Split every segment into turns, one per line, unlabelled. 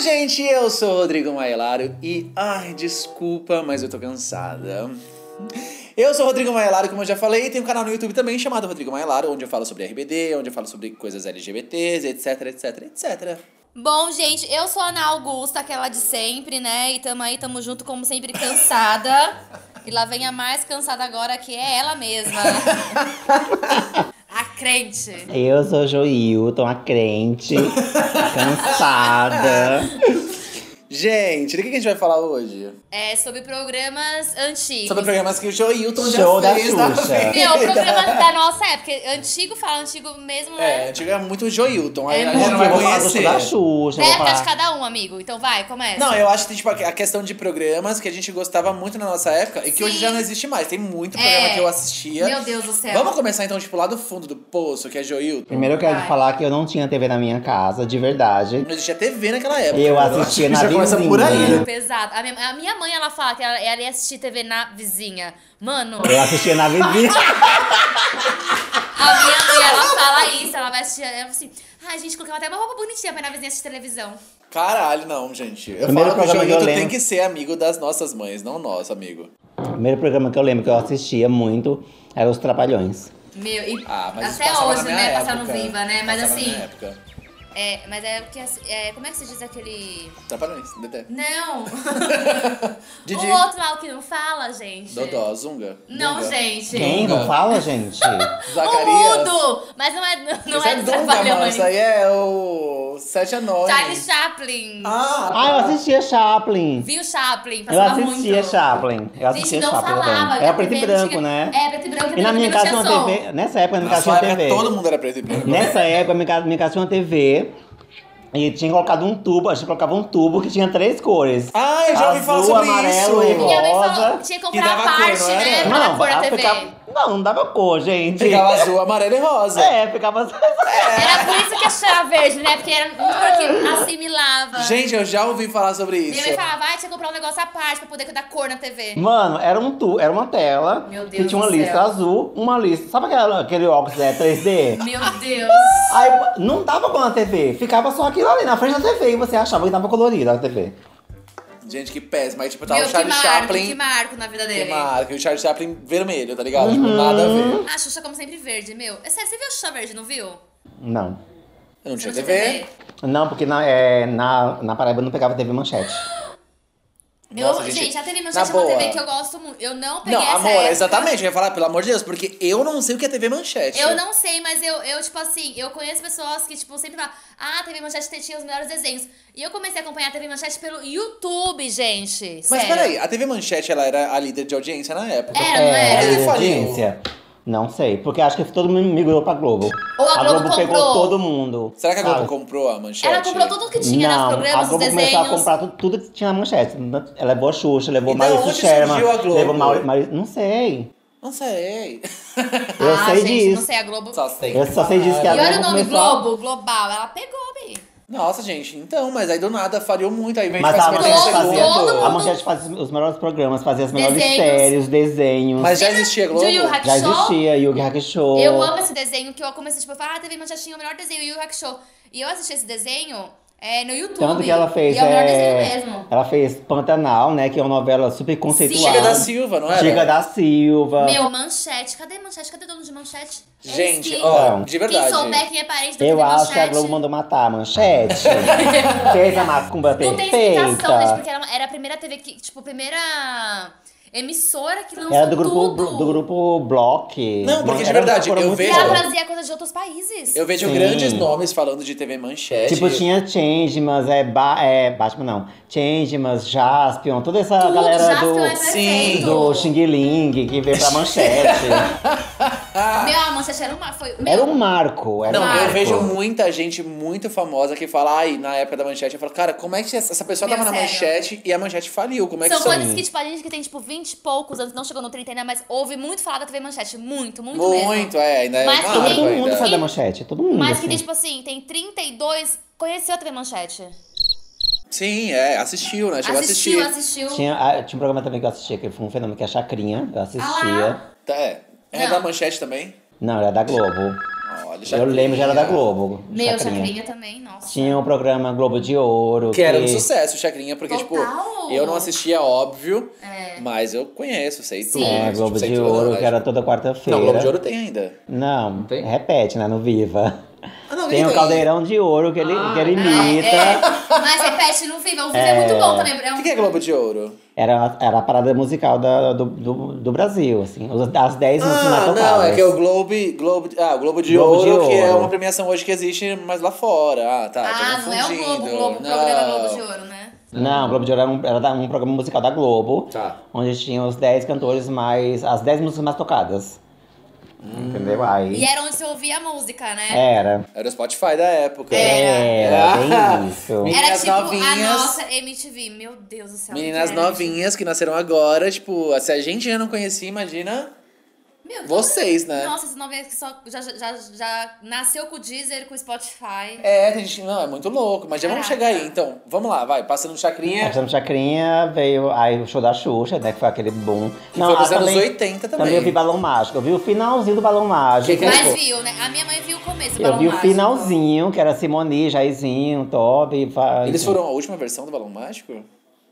gente, eu sou o Rodrigo Maelaro e ai, desculpa, mas eu tô cansada. Eu sou o Rodrigo Maelaro, como eu já falei, e tenho um canal no YouTube também chamado Rodrigo Maelaro, onde eu falo sobre RBD, onde eu falo sobre coisas LGBTs, etc, etc, etc.
Bom, gente, eu sou a Ana Augusta, aquela de sempre, né? E tamo aí, tamo junto, como sempre, cansada. E lá vem a mais cansada agora, que é ela mesma. a crente.
Eu sou Joilton, a crente, cansada.
Gente, do que a gente vai falar hoje?
É sobre programas antigos.
Sobre programas que o Joilton já
Show da
fez tá
Xuxa.
vida.
Meu, programa da nossa época. Antigo fala antigo mesmo,
É,
né?
antigo é muito Joilton, aí
É
a
Eu
gente não vai
vou falar do show da
conhecer.
Xuxa, eu vou
Década de
falar.
cada um, amigo. Então vai, começa.
Não, eu acho que tipo, a questão de programas que a gente gostava muito na nossa época e que hoje
Sim.
já não existe mais. Tem muito programa
É.
que eu assistia.
Meu Deus do céu.
Vamos começar então, tipo, lá do fundo do poço, que é Joilton.
Primeiro eu quero
Vai.
falar que eu não tinha TV na minha casa, de verdade.
Não existia TV naquela época.
Eu
mano.
assistia
Acho que
na
já começa por aí,
vizinha.
né?
Pesado. A minha, a minha mãe, ela fala que ela, ela ia assistir TV na vizinha. Mano,
Eu assistia na vizinha.
a minha mãe, ela fala isso. Ela vai assistir. Ela fala assim: ai, gente, colocava até uma roupa bonitinha pra ir na vizinha assistir televisão.
Caralho, não, gente. Eu
Primeiro
falo que o
programa que eu
Joilton tem
lembro.
que ser amigo das nossas mães, não nosso amigo.
Primeiro programa que eu lembro que eu assistia muito era Os Trapalhões.
Meu, e
Ah, mas isso
até
passava
hoje,
na minha
né?
Época.
Passar no Viva, né? Mas
Passava na
assim,
minha época.
é, mas é o que. assim- É, como é que se diz aquele.
Trapalhões, Dedé.
Não!
Didi.
o outro lá o que não fala, gente.
Dodó, Zunga.
Não,
Dunga.
gente.
Quem? Não fala, gente?
O
Zacarias.
mudo! Mas não é, não
Isso
é,
é
dos
Dunga, mano.
trapalhões.
Isso aí é o Sete Anões.
Charles Chaplin.
Ah,
Ah, eu assistia Chaplin.
Viu Chaplin?
Eu
Passava
assistia
muito.
Chaplin. Eu assistia
Gente, não
Chaplin.
falava.
também.
que a
Era preto e
TV
branco,
antiga-
né?
É, preto e branco.
E na minha casa tinha
não
uma TV. Nessa época, na minha
Na
casa
sua
tinha
época
TV.
todo mundo era preto e branco. né?
Nessa época, minha casa, minha casa tinha uma TV e tinha colocado um tubo, a gente colocava um tubo que tinha três cores.
Ah, eu já ouvi falar
Azul,
sobre
amarelo
isso.
e
Minha mãe falou
rosa.
que tinha que
E
comprar
dava
a
cor,
parte,
não era?
né? Pra
Não,
dar cor na
ela
TV.
ficava, não, não dava cor, gente.
Ficava assim. azul, amarelo e rosa.
É, ficava.
Era por isso que achava verde, né? Porque era uma cor que assimilava.
Gente, eu já ouvi falar sobre isso. é-
minha mãe falava, vai, tinha que comprar um negócio à parte pra poder dar cor na TV.
Mano, era um tu, era uma tela
Meu Deus
que tinha uma
do
lista
céu.
azul, uma lista. Sabe aquela, aquele óculos é 3D?
Meu Deus.
Aí não dava cor na TV, ficava só aquilo ali na frente da TV e você achava que tava colorida a TV.
Gente, que péssimo. Aí, tipo, tava
Meu,
o
que
Charles
marco,
Chaplin.
que marco na vida
que
dele.
marca, E o Charles Chaplin vermelho, tá ligado? Tipo,
Uhum.
nada a ver.
A Ah, Xuxa, como sempre, verde, meu. É sério, você viu a Xuxa verde, não viu?
Não.
Eu não
Você
tinha
não tinha
TV.
Não, porque na, é, na, na Paraíba não pegava TV manchete.
Nossa,
eu, gente, a TV
na
Manchete é uma
boa.
TV que eu gosto muito. Eu não peguei
Não,
essa
amor,
época.
exatamente. Eu ia falar, pelo amor de Deus, porque eu não sei o que é TV Manchete.
Eu não sei, mas eu, eu, tipo assim, eu conheço pessoas que, tipo, sempre falam, ah, a TV Manchete tinha os melhores desenhos. E eu comecei a acompanhar a TV Manchete pelo YouTube, gente.
Mas
Sério.
peraí, a TV Manchete, ela era a líder de audiência na época.
É,
Era, não
Por que
é? era?
que
de
faliu?
audiência? é. Não sei, porque acho que todo mundo migrou pra Globo.
Ou a Globo comprou.
pegou todo mundo.
Será que a Globo
sabe?
comprou a Manchete?
Ela comprou tudo que tinha
não,
nos
a
programas, os
Globo começou a
desenhos.
comprar tudo, tudo que tinha na manchete. Ela levou a Xuxa,
E
levou o
da
Maurício
Então, onde
Sherman.
surgiu a Globo?
Levou Mauri, Mauri- não sei.
Não sei.
Eu
ah,
sei
gente,
disso.
não sei, a Globo.
Só sei.
Eu só sei disso que
E
a
olha o
Globo
nome,
começou-
Globo, Global. Ela pegou, Bi.
Nossa, gente, então, mas aí do nada falhou muito. Aí vem
Mas a
pra
Globo,
50
manchete,
Globo,
fazia,
todo
a
mundo.
manchete fazia os melhores programas, fazia as melhores
Desenhos.
séries, desenhos.
Mas já
Lembra
existia
de
Globo?
Yu Hakusho?
já existia, Yu Yu Hakusho.
Eu amo esse desenho que eu comecei, tipo, a falar, ah, TV Manchete tinha o melhor desenho, Yu Yu Hakusho. E eu assisti esse desenho é, no YouTube.
Tanto que ela fez.
E é o melhor
é,
desenho mesmo.
Ela fez Pantanal, né? Que é uma novela super conceituada.
Chega da Silva, não era?
Chega da Silva.
Meu, manchete. Cadê manchete? Cadê dono de manchete? Eles
Gente,
que-
ó,
Não.
de verdade.
Quem souber quem é parente do
Eu
TV
acho que a
manchete.
Globo mandou matar a manchete. Fez a macumba
Não tem
perfeita.
explicação, né? Porque era, era a primeira TV que, tipo, a primeira emissora que lançou
Era do grupo,
tudo.
do grupo Block.
Não, porque de
Era-
verdade,
foram
eu
muito
E
vejo-
boas.
ela trazia coisas de outros países.
Eu vejo
Sim.
grandes nomes falando É de TV Manchete.
Tipo, tinha Changemans, é, ba é Batman não. Changemans, Jaspion, toda essa
Tudo,
Ah, galera
Jaspion é
do,
perfeito.
do Xing Ling que veio pra manchete.
Ah. Meu, a manchete era uma... Foi, meu,
era um marco. Era
Não,
um
eu
marco.
vejo muita gente muito famosa que fala, ai, na época da manchete, eu falo, cara, como é que essa essa pessoa
Meu,
tava na
sério.
manchete e a manchete faliu? Como é que
São
isso
coisas que, tipo, a gente que tem, tipo, 20 e poucos anos, não chegou no 30 ainda, mas ouve muito falar da TV Manchete. Muito, muito, mesmo.
Muito, é, ainda
Mas
é
que
uma
tem-
Todo
água
mundo
ainda.
sai da manchete, todo mundo.
Mas
assim.
que tem, tipo assim, tem 32... Conheceu a TV Manchete?
Sim, é, assistiu, né? Chegou
assistiu,
a assistir.
assistiu.
Tinha, ah, tinha um programa também que eu assistia, que foi um fenômeno que é a Chacrinha, eu assistia.
Ah lá.
Tá, é. É
Não.
da manchete também?
Não, era da Globo.
Ó, Olha,
Eu lembro, já era da Globo.
Meu, Chacrinha também, nossa.
Tinha um programa Globo de Ouro.
Que era um sucesso, Chacrinha, porque,
Total.
tipo, eu não assistia, óbvio,
É.
mas eu conheço, sei tudo.
É,
tipo,
Globo
sei
de
tudo,
Ouro,
né?
que era toda quarta-feira.
Não, Globo de Ouro tem ainda.
Não,
Tem?
repete, né? No Viva.
Ah, não, Ah,
Tem
então,
ainda
o Caldeirão de Ouro que ele, que ele imita.
É, é. Mas repete no Viva. O Viva é, muito bom também. É
O
um...
que que é Globo de Ouro?
Era, era a parada musical da- do, do, do Brasil, assim. Os- As 10 músicas mais
Ah,
tocadas.
não, é que é o Globe, Globo, ah, Globo de
Globo de
Ouro, que é
Ouro.
uma premiação hoje que existe, mas lá fora. Ah, tá, tô
Ah, não é o Globo,
confundindo.
Globo, o programa
Não.
Globo de Ouro, né?
Não, o Globo de Ouro era um, era da- um programa musical da Globo.
Tá.
Onde tinha os 10 cantores mais. as 10 músicas mais tocadas.
Hum.
Entendeu?
E
é-
Aí.
era onde você ouvia a música,
É.
né?
Era.
Era o Spotify da época.
Era, É, bem isso.
É.
Era
Meninas
tipo
novinhas.
a nossa MTV. Meu Deus do céu.
Meninas
que era
novinhas que nasceram agora, tipo, se a gente já não conhecia, imagina
MTV. Meu Deus.
vocês, né?
Nossa, esses novinhas que só já, já, já nasceu com o Deezer, com o Spotify.
É, tem gente, não, é muito louco, mas já vamos
Caraca.
chegar aí, então, vamos lá, vai, passando chacrinha,
Passando Chacrinha, veio aí o show da Xuxa, né? Que foi aquele boom.
que foi dos
ah,
anos
também-
80 também.
Também eu vi Balão Mágico. Eu vi o finalzinho do Balão Mágico.
Que é
Mas
louco.
viu, né? A minha mãe viu o começo.
Eu
Balão
vi o
Mágico.
finalzinho, que era Simoni, Jairzinho, Toby. Fa-
Eles foram a última versão do Balão Mágico?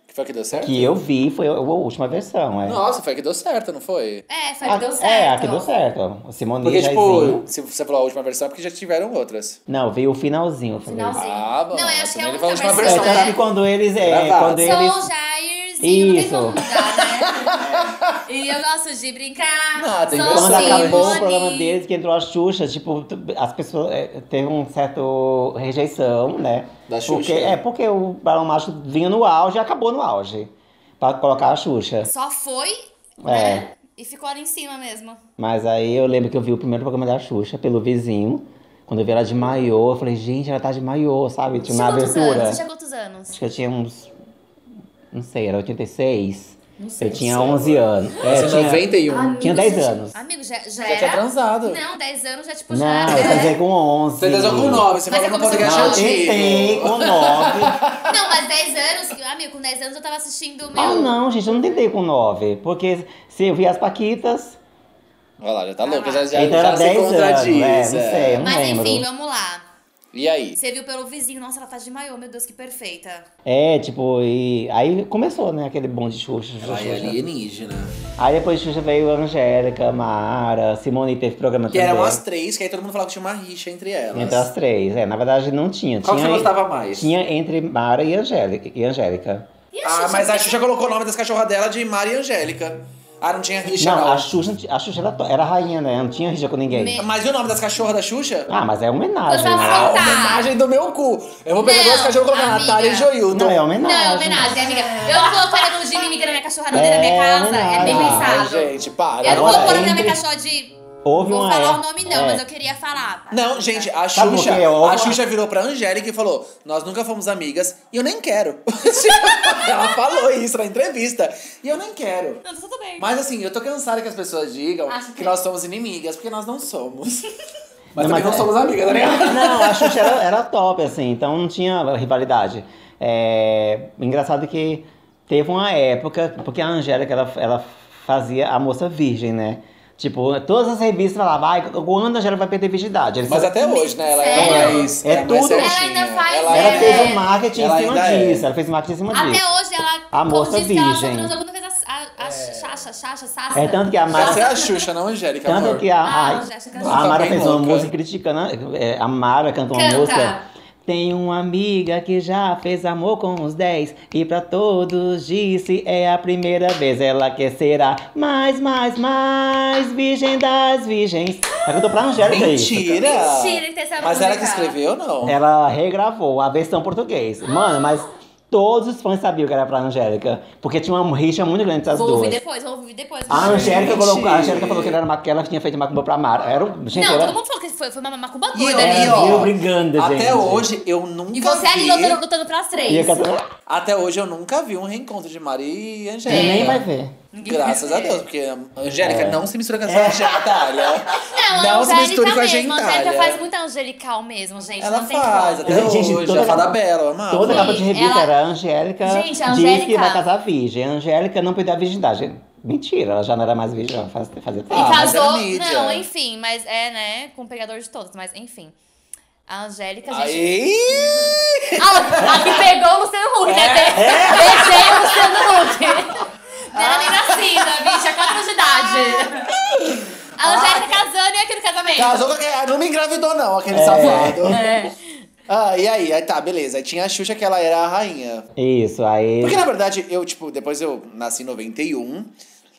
Que foi a que deu certo?
Que eu vi, foi a a última versão, é.
Nossa, foi a que deu certo, não foi?
É, foi
A-
que deu certo.
É, a que deu certo. O Simoni,
Porque,
Jairzinho.
tipo, se você falou a última versão, é porque já tiveram outras.
Não, vi o finalzinho. eu falei.
Finalzinho. Sim.
Ah, bom.
Não, eu acho que é a
também ele falou
única
É,
versão,
tanto
né?
que quando eles. É,
Gravado.
quando
Sou
eles.
Jairzinho, não tem
Isso.
como mudar, né? E eu gosto de brincar.
Não, tem
sou
versão,
Quando acabou
Simone.
o programa deles, que entrou a Xuxa, tipo, tu- as pessoas é, teve um certo rejeição, né?
Da Xuxa?
Porque, é, porque o Balão Mágico vinha no auge e acabou no auge. Pra colocar a Xuxa.
Só foi,
É.
né? E ficou ali em cima mesmo.
Mas aí eu lembro que eu vi o primeiro programa da Xuxa pelo vizinho. Quando eu vi ela de maiô, eu falei, gente, ela tá de maiô, sabe? Tinha uma
Tinha quantos
abertura.
anos? Tinha quantos anos?
Acho que eu tinha uns. Não sei, era 86.
Não
Eu tinha
sei,
11 anos. É,
Esse
tinha...
91.
Amigo,
tinha 10
já-
anos.
Amigo, já, já,
já um. tinha
Ah, era?
transado.
Não, 10 anos já, tipo, já
Não, eu
era.
casei com 11.
Você transou com 9, você falou
Mas
no
é como se
podcast
Não, eu
fosse
antigo.
tentei com 9.
Não, mas 10 anos, amigo, com 10 anos eu tava assistindo o meu.
Ah, não, gente, eu não tentei com 9. Porque se eu vi as Paquitas.
Olha lá, já
Ah,
tá louco, já, já,
então
já
era
se
10 anos.
contradiz.
É, não sei, eu não
Mas
lembro.
enfim, vamos lá.
E aí?
Você viu pelo vizinho, nossa, ela tá de maiô, meu Deus, que perfeita.
É, tipo, e. Aí começou, né, aquele bonde de Xuxa. Xuxa,
Ela é
Xuxa.
alienígena.
Aí depois de Xuxa veio a Angélica, Mara, Simone teve programa
Que
também.
eram as três, que aí todo mundo falava que tinha uma rixa entre elas.
Entre as três, é. Na verdade não tinha.
Qual que
tinha,
você gostava mais?
Tinha entre Mara e Angélica. E Angélica.
E a
Ah,
Xuxa?
mas a Xuxa colocou o nome das cachorras dela de Maria e Angélica. Ah, não tinha rixa,
Não,
não.
a Xuxa, a Xuxa era, to- era rainha, né? Não tinha rixa com ninguém.
Me-
Mas e o nome das cachorras da Xuxa?
Ah, mas é homenagem,
Eu tava-
né?
Ah,
tá.
homenagem do meu cu. Eu vou pegar
Não,
duas cachorras e colocar
amiga.
Natália e Joilton.
Não, é
Não,
homenagem.
é homenagem, amiga. Eu não colocaria no Jimmy Migra na minha cachorra
É,
é, na minha casa. É bem
homenagem.
Ah,
pensado.
gente, para.
Eu não
Agora,
vou pôr o nome da
entre-
minha cachorra de.
Houve
Vou
uma
falar
época-
o nome não,
é.
mas eu queria falar.
Não, gente, a
Sabe por
Xuxa,
quê? Eu-
a Xuxa virou pra Angélica e falou: Nós nunca fomos amigas e eu nem quero. Tipo, Ela falou isso na entrevista. E eu nem quero.
Não, tá tudo bem.
Mas assim, eu tô cansada que as pessoas digam
Acho
que
que-
nós somos inimigas, porque nós não somos. Mas
Não,
também
mas
não
é-
somos amigas, tá ligado?
Não, a Xuxa era, era top, assim, então não tinha rivalidade. É, engraçado que teve uma época, porque a Angélica, ela, ela fazia a moça virgem, né? Tipo, todas as revistas falavam, ai, quando a Angélica vai perder virgindade? Eles-
Mas até hoje, né? Ela é
Sério?
mais.
É
ela mais
tudo- Ela
certinha.
ainda faz,
Ela
Ela
É.
fez
ainda
o marketing
Ela
em cima
ainda é.
disso, ela fez o marketing em cima disso.
Até hoje ela.
A
como
moça
diz que ela tá só
virgem.
transou quando fez a. A, a Xaxa, Xaxa, Sassa.
É tanto que a Mara...
Essa é a Xuxa, não a Angélica. amor.
Tanto que a,
Ah,
a,
eu já achei que era
a
assim.
Mara
Tá bem
fez uma
louca.
música criticando. a- é, A Mara cantou uma
Canta.
música. Tem uma amiga que já fez amor com os 10 e pra todos disse é a primeira vez ela quer ser a mais, mais, mais virgem das virgens. Ela cantou pra Angélica é isso. É
Mentira!
Mentira que tem essa
Mas ela que
música.
escreveu, não?
Ela regravou a versão português. Mano, mas todos os fãs sabiam que era pra Angélica, porque tinha uma rixa muito grande entre as
Vou
duas.
ouvir depois, vou ouvir depois.
A tá Ah, Angélica,
Gente.
colocou, a Angélica falou que ela era maquela, ela tinha feito macumba pra Mara. Era, um- gente,
Não,
era,
todo mundo falou que foi, foi uma macumba
E
doida
olha,
ali.
é,
ó,
viu, brigando,
Até
gente.
hoje eu nunca
E você é ali
vi.
lutando, lutando pelas três.
E a Catarina
Até hoje eu nunca vi um reencontro de Maria e
É.
Angélica.
nem vai ver. É.
Ninguém
Graças a
quer ver.
Deus, porque a Angélica não se mistura com essa gentalha.
Não, é
não se
Angélica
misture com a
mesmo. A
gentalha.
Angélica faz muito angelical mesmo, gente.
Ela
não tem
faz,
como.
até
Gente,
hoje.
toda
a Fada
capa-
Bela, eu amava.
Toda
Sim,
capa de revista
ela-
era a Angélica
Gente, a
diz que
Angélica-
vai casar virgem. A Angélica não perdeu a virgindade. Mentira, ela já não era mais virgem, ela faz- fazia tempo.
Ah,
e
mas era
casou.
mídia.
Não, enfim, mas é, né? Com o pegador de todos, mas enfim. A Angélica, a gente.
Aí!
Ah, a que pegou o Luciano Huck,
É,
né? Beijei o Luciano Huck. Não era nem nascida, bicha, 4 anos de idade. A
Ah.
Angélica casando e aqui no casamento.
Casou com aquele- ah, Não me engravidou, não, aquele
É.
safado.
É.
Ah, e aí? Aí tá, beleza. Aí tinha a Xuxa que ela era a rainha.
Isso, aí.
Porque, na verdade, eu, tipo, depois eu nasci em 91.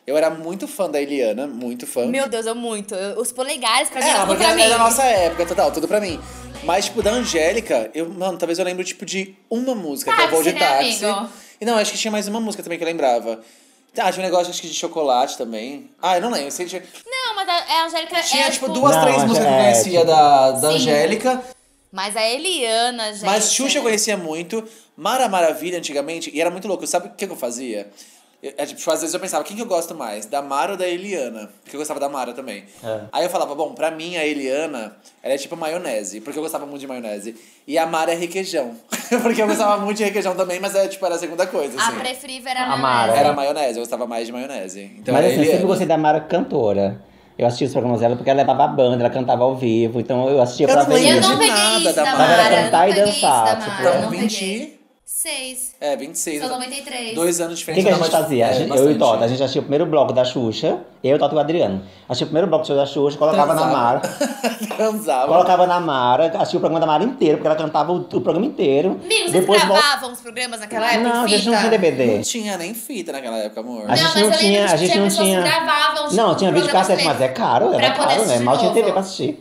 Eu era muito fã da Eliana, muito fã.
Meu Deus, eu muito. Eu- os polegares pra mim
É,
era
porque
tudo pra
é
mim.
da nossa época, total, tudo pra mim. Mas, tipo, da Angélica, eu, mano, talvez eu lembro, tipo, de uma música, que é o Voo de
Táxi,
Táxi.
né, amigo?
E não, acho que tinha mais uma música também que eu lembrava. Ah, tinha um negócio, acho que de chocolate também. Ah, eu não lembro. sei que Tinha,
Não, mas a, é, a Angélica
tinha
era,
tipo, duas,
Não,
três
acho-
músicas que eu
é,
conhecia
tipo-
da, da
Sim.
Angélica.
Mas a Eliana, gente. é
Mas Xuxa eu conhecia muito, Mara Maravilha antigamente, e era muito louco. Sabe o que que eu fazia? Eu- é, tipo, às vezes eu pensava, quem que eu gosto mais? Da Mara ou da Eliana? Porque eu gostava da Mara também.
É.
Aí eu falava, bom, pra mim a Eliana, ela é tipo maionese, porque eu gostava muito de maionese. E a Mara é requeijão, porque eu gostava muito de requeijão também, mas era, tipo, era a segunda coisa,
A
assim.
preferível era
A
a
Mara.
Mara.
Era maionese, eu gostava mais de maionese. Então
Mas
era
assim, eu sempre
Eliana.
gostei da Mara cantora. Eu assistia os programas dela porque ela levava a banda, ela cantava ao vivo, então eu assistia
Eu
pra
não
ver.
lembro
Eu
de
não peguei
nada
isso
da
da
Mara.
Mara.
Pra
cantar e
Ah, eu não peguei isso
dançar,
da
tipo,
Mara,
Então,
não
Então,
peguei.
20,
Seis.
é, 26.
Sou 93.
Dois anos de
O que,
diferença.
que a
dá
gente
mais-
fazia? A
é,
gente- eu e
bastante.
o Tota, a gente assistia o primeiro bloco da Xuxa, eu, Tota e o Adriano. Assistia o primeiro bloco da Xuxa, colocava na
Transava.
Mara.
Transava.
Colocava na Mara, assistia o programa da Mara inteiro, porque ela cantava o, o programa inteiro.
Amigo, vocês
volta-
gravavam os programas naquela época?
Não, a
em
gente não tinha
é fita?
DVD.
Não tinha nem fita naquela época, amor.
A
Não,
gente
mas eu
não
lembro
tinha,
que
a gente
tinha
não
pessoas que
tinha.
gravavam, tipo,
Não, tinha vídeo
programas
cassete, mas
feitos
é caro,
pra
era
poder
caro, né?
assistir
Mal tinha
de novo.
TV pra assistir.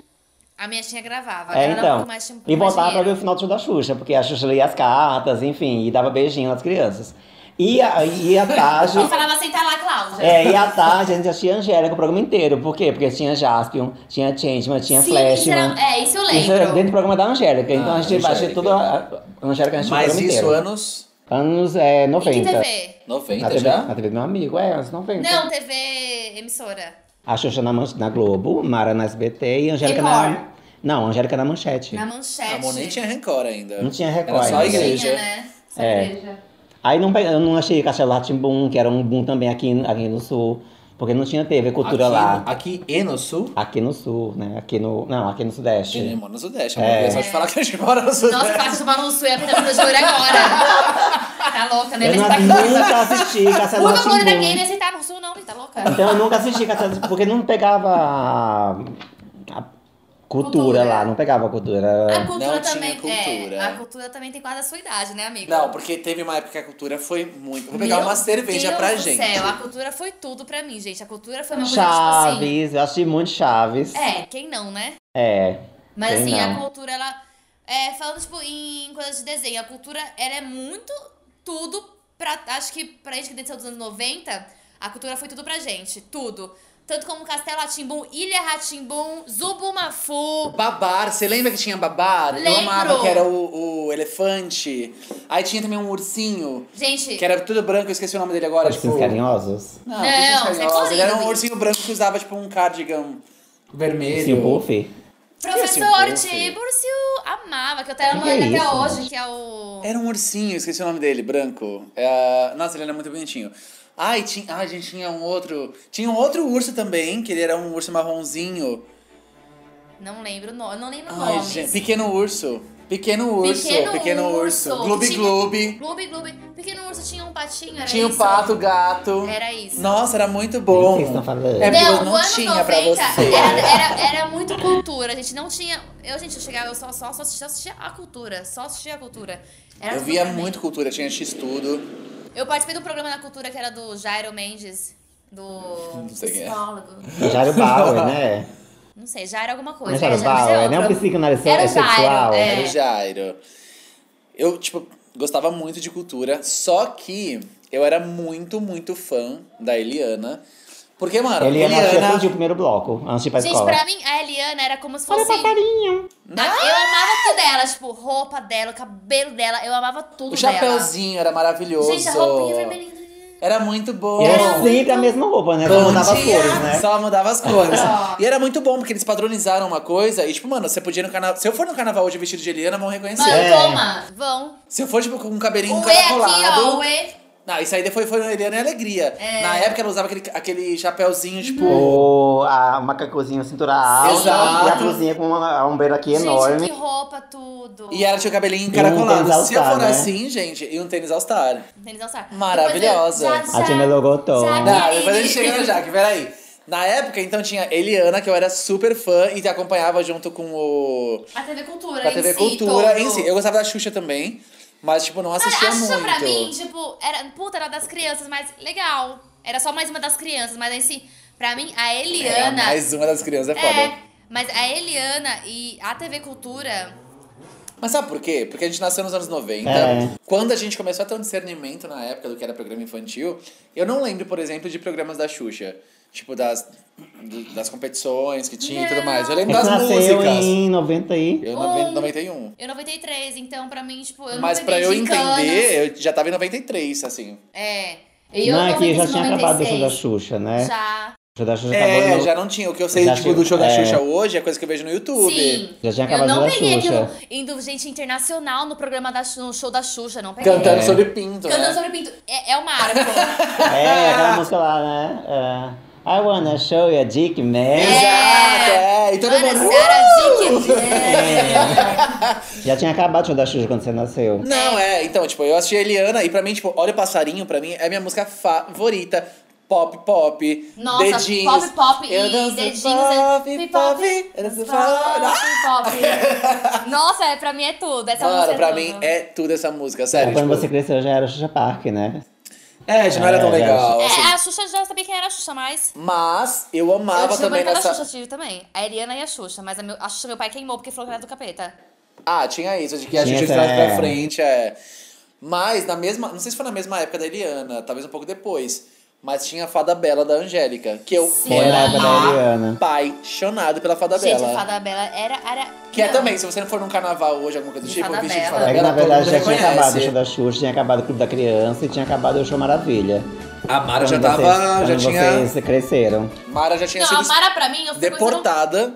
A minha tinha gravava. ela
É,
era um
então.
pouco mais, tinha um pouco
E
mais
voltava pra ver o
dinheiro.
final do show da Xuxa, porque a Xuxa lia as cartas, enfim, e dava beijinho nas crianças. E, a, e à tarde.
E falava, senta lá, Cláudia.
É, e à tarde a gente assistia Angélica o programa inteiro. Por quê? Porque tinha Jaspion, tinha Changeman, tinha
Sim, isso era-
Flashman.
É, isso eu
Isso era dentro
lembro.
do programa da Angélica. então
Ah,
a gente baixou
Angélica.
tudo. A, a Angélica a gente
Mas
o
isso
programa inteiro.
anos
Anos é,
Em que
90.
TV?
Na
90
TV,
já?
na TV do meu amigo, é, anos 90.
Não, TV emissora.
A Xuxa na, Man- na Globo, Mara na SBT e Angélica na.
Record.
Não, Angélica na Manchete.
Na manchete.
Amor, nem tinha Record ainda.
Não tinha Record
Era só a
ainda.
igreja.
Tinha, né? Só
É.
igreja.
Aí não, pe- eu não achei Castelo Rá-Tim-Bum, que era um boom também aqui, aqui no sul, porque não tinha TV cultura
aqui,
lá.
Aqui e no sul?
Aqui no sul, né? Aqui no. Não, aqui
A
no
gente
Sudeste.
mora no Sudeste, amor. É. Só te falar que a gente mora no Sudeste.
Nossa, quase tomaram um sué pra ter joelho agora. Tá louca, né?
Eu
Mas
não-
tá
nunca assisti Castelo
Nunca falou da gay,
Rá-Tim-Bum.
né? Você tá no sul, não, tá louca?
Então eu nunca assisti Castelo porque não pegava a, a cultura,
Cultura.
lá, não pegava a
A
cultura.
cultura
Não tinha
também.
cultura.
É, a cultura também tem quase a sua idade, né, amigo?
Não, porque teve uma época que a cultura foi muito. Vou pegar
Meu
uma cerveja
Deus
pra
do
gente.
Céu, a cultura foi tudo pra mim, gente. A cultura foi uma coisa tipo
Chaves, eu assisti muito Chaves.
assim. É, quem não, né?
É.
Mas
Quem
assim, a
não?
cultura, ela. É, falando, tipo, em coisas de desenho, a cultura, ela é muito tudo pra. Acho que pra gente que desceu dos anos 90, a cultura foi tudo pra gente. Tudo. Tanto como Castelo Ratimbum, Ilha Ratimbum, Zubumafu.
Babar, você lembra que tinha babar? Eu
Lembro.
amava que era o, o elefante. Aí tinha também um ursinho,
Gente,
que é era tudo branco, eu esqueci o nome dele agora. tipo,
Ursinhos carinhosos.
Não,
Não,
ursinhos
você é
carinhosos.
colorido,
Ele era um
gente.
ursinho branco que usava tipo um cardigan vermelho.
Ursinho Assim, Puff.
professor
Esse é um fofo.
Tiburcio amava, que eu tava
Que
no
que é
até
isso,
hoje,
gente?
que é o.
Era um ursinho, esqueci o nome dele, branco. É, Nossa, ele era muito bonitinho. Ai, tinha... Ai, gente, tinha um outro. Tinha um outro urso também, que ele era um urso marronzinho.
Não lembro o nome. Não lembro o
Ai,
nome.
gente. Pequeno urso. Pequeno urso. Pequeno, urso. Gloob
Tinha-
Gloob.
Gloob, Gloob. Pequeno urso tinha um patinho, era
Tinha o
isso? É.
pato, o gato.
Era isso.
Nossa, era muito
O
bom.
que vocês estão falando?
É porque
Não,
não
o ano
tinha
90
pra você.
Era, era, era muito cultura. A gente não tinha. Eu, gente, eu chegava, eu só, só, só, assistia, só assistia a cultura. Só assistia a cultura. Era
Eu
tudo
via
pra mim.
muito cultura, tinha X tudo.
Eu participei do programa da cultura que era do Jairo Mendes, do
sei quem é.
psicólogo.
Jairo Bauer, né?
Não sei, Jairo alguma
Não é
coisa.
Jairo
Jairo, mas é
Bauer, não é um
outro.
psicanalista
Era o
é sexual.
Jairo, é.
Era o Jairo. Eu, tipo, gostava muito de cultura, só que eu era muito, muito fã da Eliana. Porque, mano,
Ele ia
Eliana.
nascer todo dia o primeiro bloco, antes de ir pra
Gente,
escola.
pra mim, a Eliana era como se
Olha o
fosse.
passarinho.
Ah, Eu amava tudo dela, tipo, roupa dela, o cabelo dela, eu amava tudo
o
dela.
chapeuzinho era maravilhoso.
Gente, a roupinha vermelhinha.
Era muito bom.
E
Era
era sempre a mesma roupa, né? Só
Bom
mudava as
dia.
cores, né?
Só mudava as cores.
Ó.
e era muito bom, porque eles padronizaram uma coisa. E, tipo, mano, você podia ir no carnaval. Se eu for no carnaval hoje vestido de Eliana, vão reconhecer.
Mano,
É.
toma, vão.
Se eu for, tipo, com um cabelinho
O E É. aqui,
encaracolado.
ó, o E.
Não, isso aí depois foi no Eliana e Alegria. Na época ela usava aquele, aquele chapéuzinho, tipo.
Ou a o macacozinho cintura alta
Exato.
e a cozinha com uma, a ombreira aqui
Gente,
enorme.
que roupa, tudo.
E ela tinha o cabelinho
E um
encaracolado.
tênis
Se eu
all-star,
for
né?
assim, gente, e um tênis all-star.
Tênis all star.
Maravilhosa.
Depois eu-
A Tina Logotom.
já-
Não, depois a gente chega no Jaque, peraí. Na época, então, tinha Eliana, que eu era super fã e te acompanhava junto com o.
A TV Cultura
Da
em
TV
si,
Cultura
todo.
em si. Eu gostava da Xuxa também, mas, tipo, não
Sabe,
assistia
a Xuxa
muito.
pra mim, tipo, era, puta, era das crianças, mas legal. Era só mais uma das crianças, mas em si, pra mim, a
Era
Eliana...
mais uma das crianças, é foda.
É, mas a Eliana e a TV Cultura...
Mas sabe por quê? Porque a gente nasceu nos anos 90.
É.
Quando a gente começou a ter um discernimento na época do que era programa infantil, eu não lembro, por exemplo, de programas da Xuxa. Tipo, das, do- das competições que tinha e tudo mais. Eu lembro
É que
das
nasceu
músicas.
em 90 e...
Eu
Um.
90, 91.
Eu 93, então pra mim, tipo, eu não
Mas pra
bebi
eu
gincana.
entender, eu já tava em 93, assim.
É. Eu
não, é que já
95,
tinha acabado o show da
96,
Xuxa, né?
Já.
O show da Xuxa acabou
É,
no...
já não tinha. O que eu sei,
Já
tipo,
tinha-
do show da
é.
Xuxa hoje é coisa que eu vejo no YouTube.
Sim.
Já tinha
Eu
acabado o
não
show da
peguei aquilo
Xuxa.
indo gente internacional no programa da Xu- no show da Xuxa, não peguei.
Cantando
É.
sobre pinto,
Cantando
né?
sobre pinto. É, é o marco.
É, aquela música lá, né? É, I wanna show you a dick, man.
Exato, é. E todo
Ana
mundo... Uh!
Sara Dick. É.
Já tinha acabado o show da Xuxa quando você nasceu.
Não, é, então, tipo, eu assisti a Eliana e pra mim, tipo, Olha o Passarinho, pra mim, é a minha música favorita. Pop, pop,
Nossa,
dedinhos.
pop, pop
eu
e
danço
dedinhos.
Pop,
é-
pop, eu danço pop.
pop. Nossa, é, pra mim é tudo. Essa música
Mano,
é
pra
tudo.
mim é tudo essa música,
É,
sério.
quando
tipo,
você cresceu já era Xuxa Park, né?
É, já não era tão
É, já-
legal,
É,
assim.
a Xuxa já sabia quem era a Xuxa, mas...
Mas eu
Eu
amava
tive
também
também da
nessa.
Xuxa, eu tive também. A Ariana e a Xuxa, mas a, meu, a Xuxa meu pai queimou porque falou que era do capeta.
Ah, tinha isso, de que a
Tinha
gente
essa-
traz pra frente, é. Mas na mesma. Não sei se foi na mesma época da Eliana, talvez um pouco depois. Mas tinha a Fada Bela da Angélica, que eu
Sim.
Foi na
era
época da Ariana.
apaixonado pela Fada
Gente,
Bela.
a Fada Bela era... era...
Que é
Não.
também, se você não for num carnaval hoje, alguma coisa do
De
tipo,
Fada
vestido de
Bela.
Fada
É que
Bela,
na
todo
verdade
mundo
já tinha acabado o show
reconhece.
da Xuxa, tinha acabado o Clube da Criança e tinha acabado o show Maravilha.
A Mara já
Quando
tava,
vocês-
já
quando
tinha,
Vocês cresceram.
Mara já tinha
Não, a
sido
Mara pra mim, eu fui conhecendo,
deportada.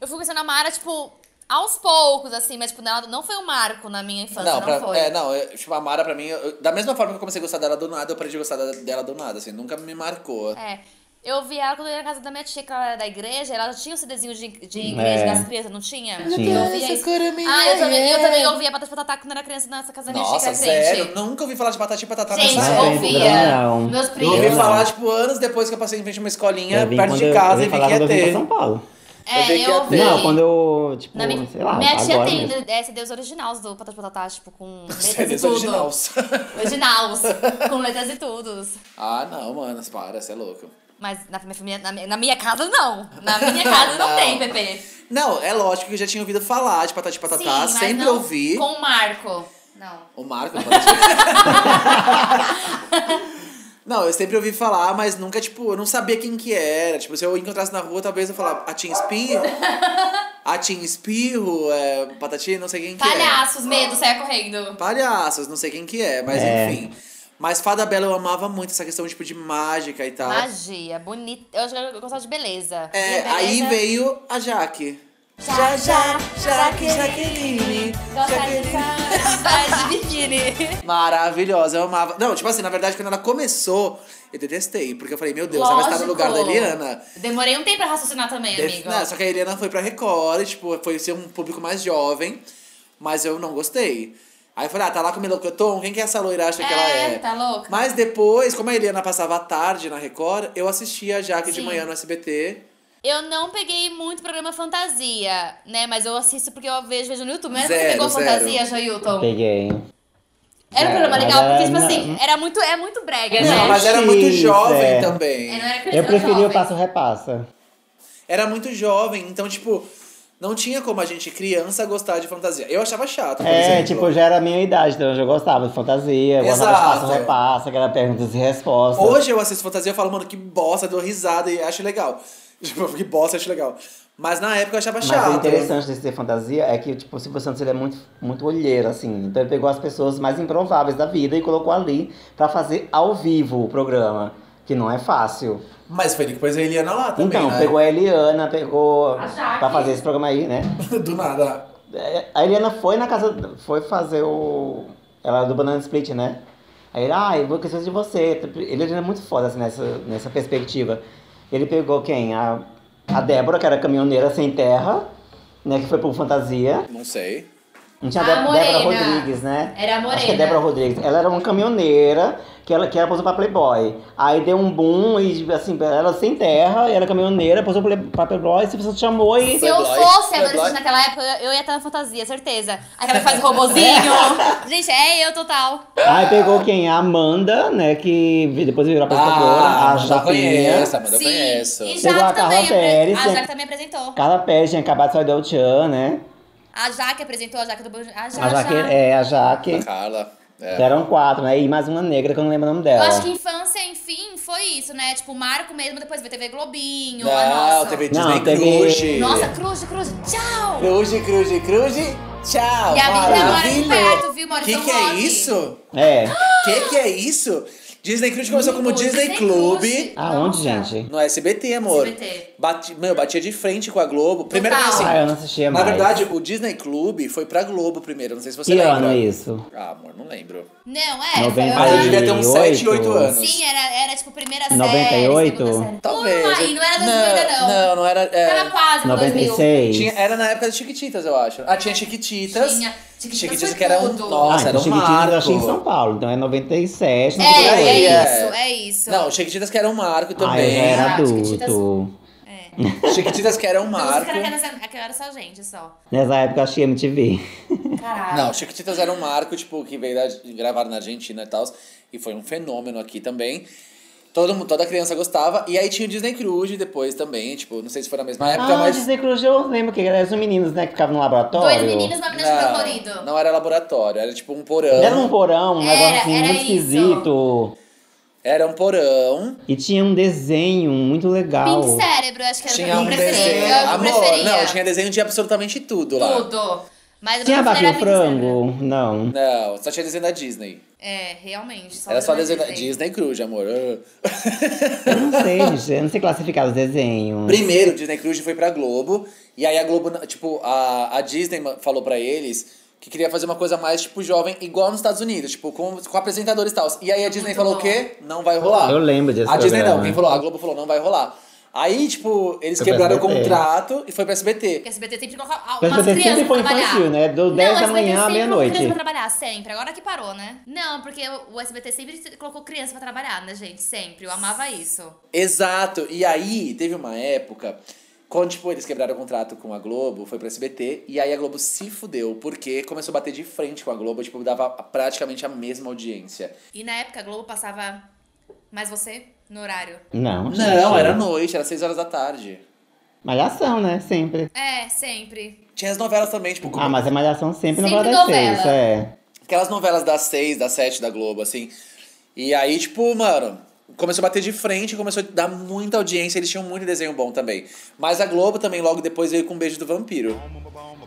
eu fui conhecendo a Mara, tipo, aos poucos, assim. Mas, tipo, não, não foi um marco na minha infância, não,
pra,
foi.
é, não, eu- tipo, a Mara pra mim, eu- da mesma forma que eu comecei a gostar dela do nada, eu parei de gostar da- dela do nada, assim, nunca me marcou.
É. Eu vi ela quando eu ia na casa da minha tia, que ela era da igreja, ela tinha o CDzinho de, de igreja
É.
das crianças, não tinha?
Tinha.
Eu ouvia isso. Ah, eu também, eu também ouvia Batata Patatá quando era criança nessa casa da minha
Nossa,
tia, que era crente.
sério? Nunca ouvi falar de batati e patatá
Gente,
nessa
eu
época.
ouvi.
ouvia.
Não.
Meus
Eu
Eu ouvi
primos.
não.
falar, tipo, anos depois que eu passei em frente a uma escolinha
Eu vim
perto
quando
de
eu-
casa e
eu vim
vi
falar
que
quando
ia
eu vim pra São
ter.
Paulo.
Eu vi
É,
que
eu
ia
ouvi.
ter.
Não, quando eu, tipo,
Na minha,
sei lá,
minha tia
agora
tem
mesmo.
é, CDs originais do Patati Patatá, tipo, com letras e
CDs
tudo.
originais.
Originals, com letras e tudo.
ah, não, mano, para, você é louco.
Mas na minha, família- na minha- na minha casa, não. Na minha casa não,
Não.
tem, Pepe.
Não, é lógico que eu já tinha ouvido falar de Patati e
Sim,
Patatá,
mas
sempre
não
ouvi.
Com o Marco. Não.
O Marco, Patati... Não, eu sempre ouvi falar, mas nunca, tipo, eu não sabia quem que era. Tipo, se eu encontrasse na rua, talvez eu falava, a Tim Espirro? A Tim Espirro, é, Patati, não sei quem que
Palhaços, medo, saia correndo.
é. Palhaços, não sei quem que é, mas
É.
enfim. Mas Fada Bela eu amava muito essa questão, tipo, de mágica e tal.
Magia, bonita. Eu acho que eu gostava de beleza.
É,
E beleza-
aí veio a Jaque.
Já, já,
Jaque,
Jaqueline.
Jaqueline,
Gostar de
Jaqueline.
samba, de biquíni.
Maravilhosa, eu amava. Não, tipo assim, na verdade, quando ela começou, eu detestei, porque eu falei, meu Deus, ela está no lugar da
Lógico.
Eliana.
Demorei um tempo pra raciocinar também,
Def-
amigo.
Não, só que a Eliana foi pra Record, tipo, foi ser um público mais jovem, mas eu não gostei. Aí eu falei, ah, tá lá com o Melocoton, quem que é essa loira acha que ela é?
tá louca?
Mas depois, como a Eliana passava a tarde na Record, eu assistia a Jaque de
Sim.
manhã no SBT.
Eu não peguei muito programa fantasia, né? Mas eu assisto porque eu vejo, vejo no YouTube. Mas você
Zero,
pegou
zero.
fantasia, Joilton?
Peguei.
Era um programa
É, Mas
legal,
era-
porque, tipo
não-
assim, era muito, é muito brega,
Não,
né?
mas era muito
Isso,
jovem
é.
também.
É, não era criança,
Eu
era
preferi o
jovem.
Passo Repassa.
Era muito jovem, então, tipo, não tinha como a gente, criança, gostar de fantasia. Eu achava chato, por
É,
exemplo.
tipo, já era a minha idade, então eu já gostava de fantasia, eu gostava de
Exato.
Passo Repassa, que era perguntas e respostas.
Hoje eu assisto fantasia e falo, mano, que bosta, dou risada e acho legal. Tipo, que bosta, acho legal. Mas na época eu achava
Mas
chato. né?
o interessante desse ser fantasia é que, tipo, o Silvio Santos ele é muito, muito olheiro, assim. Então ele pegou as pessoas mais improváveis da vida e colocou ali pra fazer ao vivo o programa. Que não é fácil.
Mas foi depois a Eliana lá também,
então,
né?
pegou a Eliana, pegou.
A Jaque.
Pra fazer esse programa aí, né?
Do nada.
É, A Eliana foi na casa. Foi fazer o. Ela é do Banana Split, né? Aí ele, ah, eu gostei de você. Ele era muito foda assim, nessa, nessa perspectiva. Ele pegou quem? A, a Débora, que era caminhoneira sem terra, né? Que foi pro Fantasia.
Não sei.
Não tinha
A
Dé- Débora
Morena.
Rodrigues, né?
Era a Morena.
Acho que é Débora Rodrigues. Ela era uma caminhoneira que ela, que ela posou pra Playboy. Aí deu um boom e, assim, ela sem terra, era caminhoneira, posou pra Play- pra Playboy, se você chamou e...
Se eu
Playboy,
fosse
Playboy.
adolescente naquela época, eu ia estar na fantasia, certeza. Aquela que faz robozinho. Gente, é eu total.
Aí pegou quem? A Amanda, né? Que vi- depois virou apresentadora. a
Ah, já
Japinha.
conheço, Amanda, Ah, eu conheço.
E
Pegou a
Jaque
Carla
também. apre-
Pérez,
A
né?
Jaque também apresentou.
Carla Pérez tinha acabado de sair do El Chan, né?
A Jaque apresentou, a Jaque do Bonjo- A Jaque.
A Jaque, é, a Jaque.
Da Carla. É.
Eram quatro, né? E mais uma negra que eu não lembro o nome
Eu
dela.
acho que infância, enfim, foi isso, né? Tipo, o Marco mesmo, depois veio TV Globinho,
Não,
a é nossa.
TV
Não,
Disney
teve-
Cruze.
Nossa, Cruz, Cruz, tchau!
Cruze, Cruze, Cruze. Tchau.
E a menina mora aqui
maravilha.
perto, viu? Mora em
Que
São
que é
Roque.
isso?
É.
Que que é isso? Disney Cruise começou como
Muito,
Disney,
Disney
Club.
Cruise.
Aonde,
Nossa.
gente?
No SBT, amor.
SBT.
Bati, meu, batia de frente com a Globo. Primeiro que
Total.
assim.
Ah, eu não assistia
na
mais.
verdade, o Disney Club foi pra Globo primeiro. Não sei se você
que
lembra.
ano é isso?
Ah, amor, não lembro.
Não, é.
Noventa
Mas eu
foi-
devia ter uns 7, 8
98.
anos.
Sim, era, era tipo primeira série,
98?
segunda série.
Talvez.
Uma aí, não era 2000 ainda não.
Não, não era. é.
Tava quase no 2000.
96.
Tinha- é, era na época das Chiquititas, eu acho. Ah, tinha Chiquititas.
Tinha. Chiquititas foi
que era um.
tudo.
Ah,
Nossa, era
então
um
Chiquititas eu achei em
marco.
São Paulo, então é 97,
É,
não sei
aí,
é,
é.
isso, é isso.
Não, Chiquititas que era um marco
Ah, eu já
também.
era
Ah, Chiquititas-
adulto.
É.
Chiquititas que era um
Não, os
marco.
caras que era essa- aquela era só gente, só.
Nessa época eu achei MTV.
Caralho.
Não, Chiquititas era um marco, tipo, que veio da, gravaram na Argentina e tal. E foi um fenômeno aqui também. Todo, mu- toda criança gostava. E aí tinha o Disney Cruise depois também. Tipo, não sei se foi na mesma época,
Ah,
mas.
Disney Cruise eu lembro que eram os meninos, né, que ficavam no laboratório.
Dois meninos, uma menina de cabelo colorido.
Não, não era laboratório, era tipo um porão.
Era um porão, um
Era,
negócio assim,
era
muito
isso.
esquisito.
Era um porão.
E tinha um desenho muito legal.
Pink Cérebro, acho que era
Tinha
o que eu
um
preferia.
desenho.
Eu
Amor,
preferia.
não, tinha desenho de absolutamente tudo lá.
tudo. Mas
Tinha
meu
Vaca e
preferido
o
era Pink Cérebro.
Frango? Não.
Não, só tinha desenho da Disney.
É, realmente. Só
Era só
desenho
desenho
da
da Disney Cruise, amor.
Eu não sei, gente. Eu não sei classificar os desenhos.
Primeiro, Disney Cruise foi pra Globo. E aí a Globo, tipo, a, a Disney ma- falou pra eles que queria fazer uma coisa mais, tipo, jovem, igual nos Estados Unidos, tipo, com, com apresentadores e tal. E aí a Disney
Muito
falou
bom.
o quê? Não vai rolar.
Eu lembro desse
A Disney
programa.
não, quem falou? A Globo falou, não vai rolar. Aí, tipo, eles
Foi pra
quebraram o
SBT.
contrato e foi pra SBT.
Porque a SBT sempre coloca ah,
Mas
umas
você sempre
crianças
foi
pra trabalhar.
infantil, né? Do
não,
10 da
o SBT
manhã à
sempre colocou criança
meia-noite.
pra trabalhar, sempre. Agora que parou, né? Não, porque o SBT sempre colocou criança pra trabalhar, né, gente? Sempre. Eu amava isso.
Exato. E aí, teve uma época quando, tipo, eles quebraram o contrato com a Globo, foi pro SBT, e aí a Globo se fudeu, porque começou a bater de frente com a Globo, tipo, dava praticamente a mesma audiência.
E na época a Globo passava mais você no horário.
Não,
Não, gente.
era noite, era 6 horas da tarde.
Malhação, né? Sempre.
É, sempre.
Tinha as novelas também, tipo,
Ah, mas é malhação sempre,
Sempre
na verdade é
novela.
isso, é.
aquelas novelas das 6, das 7 da Globo, assim. E aí, tipo, mano, começou a bater de frente, começou a dar muita audiência, eles tinham muito desenho bom também. Mas a Globo também logo depois veio com o Beijo do Vampiro.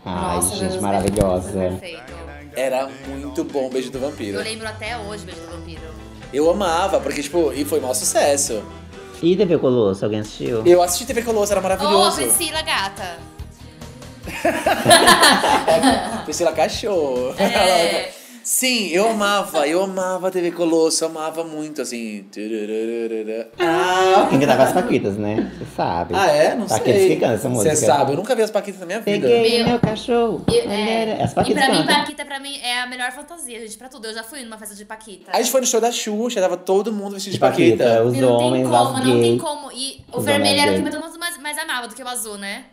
Ai,
Nossa,
gente,
Deus,
maravilhosa.
Perfeito.
Era muito bom o Beijo do Vampiro.
Eu lembro até hoje Beijo do Vampiro.
Eu amava, porque, tipo, e foi maior sucesso.
E TV Colosso, alguém assistiu?
Eu assisti TV Colosso, era
Ô,
maravilhoso.
Priscila, gata.
Priscila Cachorro.
É.
Sim, eu amava, eu amava TV Colosso, amava muito, assim. Turururururu. Ah,
Quem cantava as Paquitas, né? Você sabe.
ah, é? Não
Paquitas
sei.
que cantam Tá essa música.
Você sabe, eu nunca vi as Paquitas na minha vida.
Peguei
Meu.
meu, cachorro.
Eu-
Olha,
é.
As
E
Paquitas
pra mim,
cantam.
Paquita, pra mim, é a melhor fantasia, gente, pra tudo. Eu já fui numa festa de Paquita.
A gente foi no show da Xuxa, tava todo mundo vestido de Paquita.
Os
não
homens,
tem como,
as
não tem
gays.
como. E o
Os
vermelho
homens
era o que
gays.
todo mundo mais, mais amava do que o azul, né?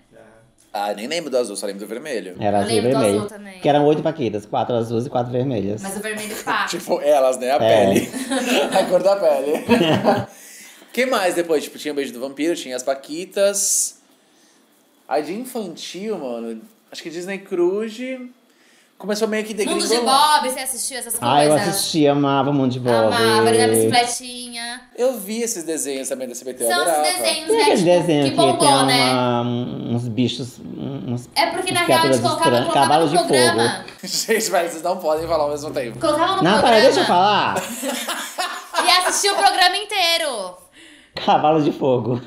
Ah, nem lembro do azul, só lembro do vermelho.
Era
Eu
azul e
lembro do azul
vermelho.
também.
Que eram oito Paquitas, quatro azuis e quatro vermelhas.
Mas o vermelho pá.
Tipo, elas, né? A
É.
pele. a cor da pele. que mais depois? Tipo, tinha o Beijo do Vampiro, tinha as Paquitas. A de infantil, mano, acho que Disney Cruise começou meio que
Mundo de
degringolar.
Bob, você assistiu essas coisas?
Ah, eu assisti, amava o Mundo de Bob.
Amava, ele na bicicletinha.
Eu vi esses desenhos também da CBT, eu
São
adorava.
esses desenhos,
Tem
né?
aquele
Tipo,
desenho
que
que
bombou,
tem
né?
uma- uns bichos, um, uns
É porque na
uns
real a gente
criaturas
colocava,
estranhas-
colocava
cavalos
no
de fogo.
programa.
Gente, mas vocês não podem falar ao mesmo tempo.
Colocava no
Não,
programa.
peraí, deixa eu falar.
E assistia o programa inteiro.
Cavalo de fogo.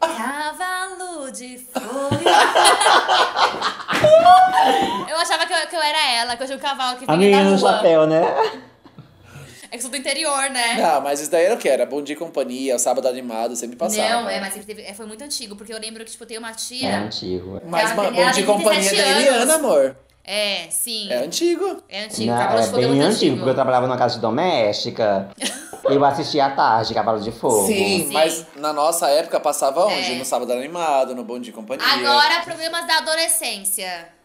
Cavalo de fogo. eu achava que eu, que eu era ela, que eu tinha um cavalo que
A
vinha da
menina
rua. É
no chapéu, né?
sexo do interior, né?
Não, mas isso daí eu quero. Era Bom Dia e Companhia, é o Sábado Animado, sempre passava.
Não, é, mas sempre teve- é, foi muito antigo, porque eu lembro que, tipo, tem uma
É
tia.
antigo.
Mas
Ela-
mano,
ela
Bom Dia
tem
e Companhia
17
da Eliana,
anos.
amor.
É, sim.
É
É,
antigo.
antigo.
Não,
Cavalo de
é
Fogo é
bem
muito
antigo, porque eu
antigo.
trabalhava numa casa de doméstica. eu assistia à tarde Cavalo de Fogo.
Sim,
Sim.
mas na nossa época passava onde?
É.
No Sábado Animado, no Bom Dia e é Companhia.
Agora, programas da adolescência.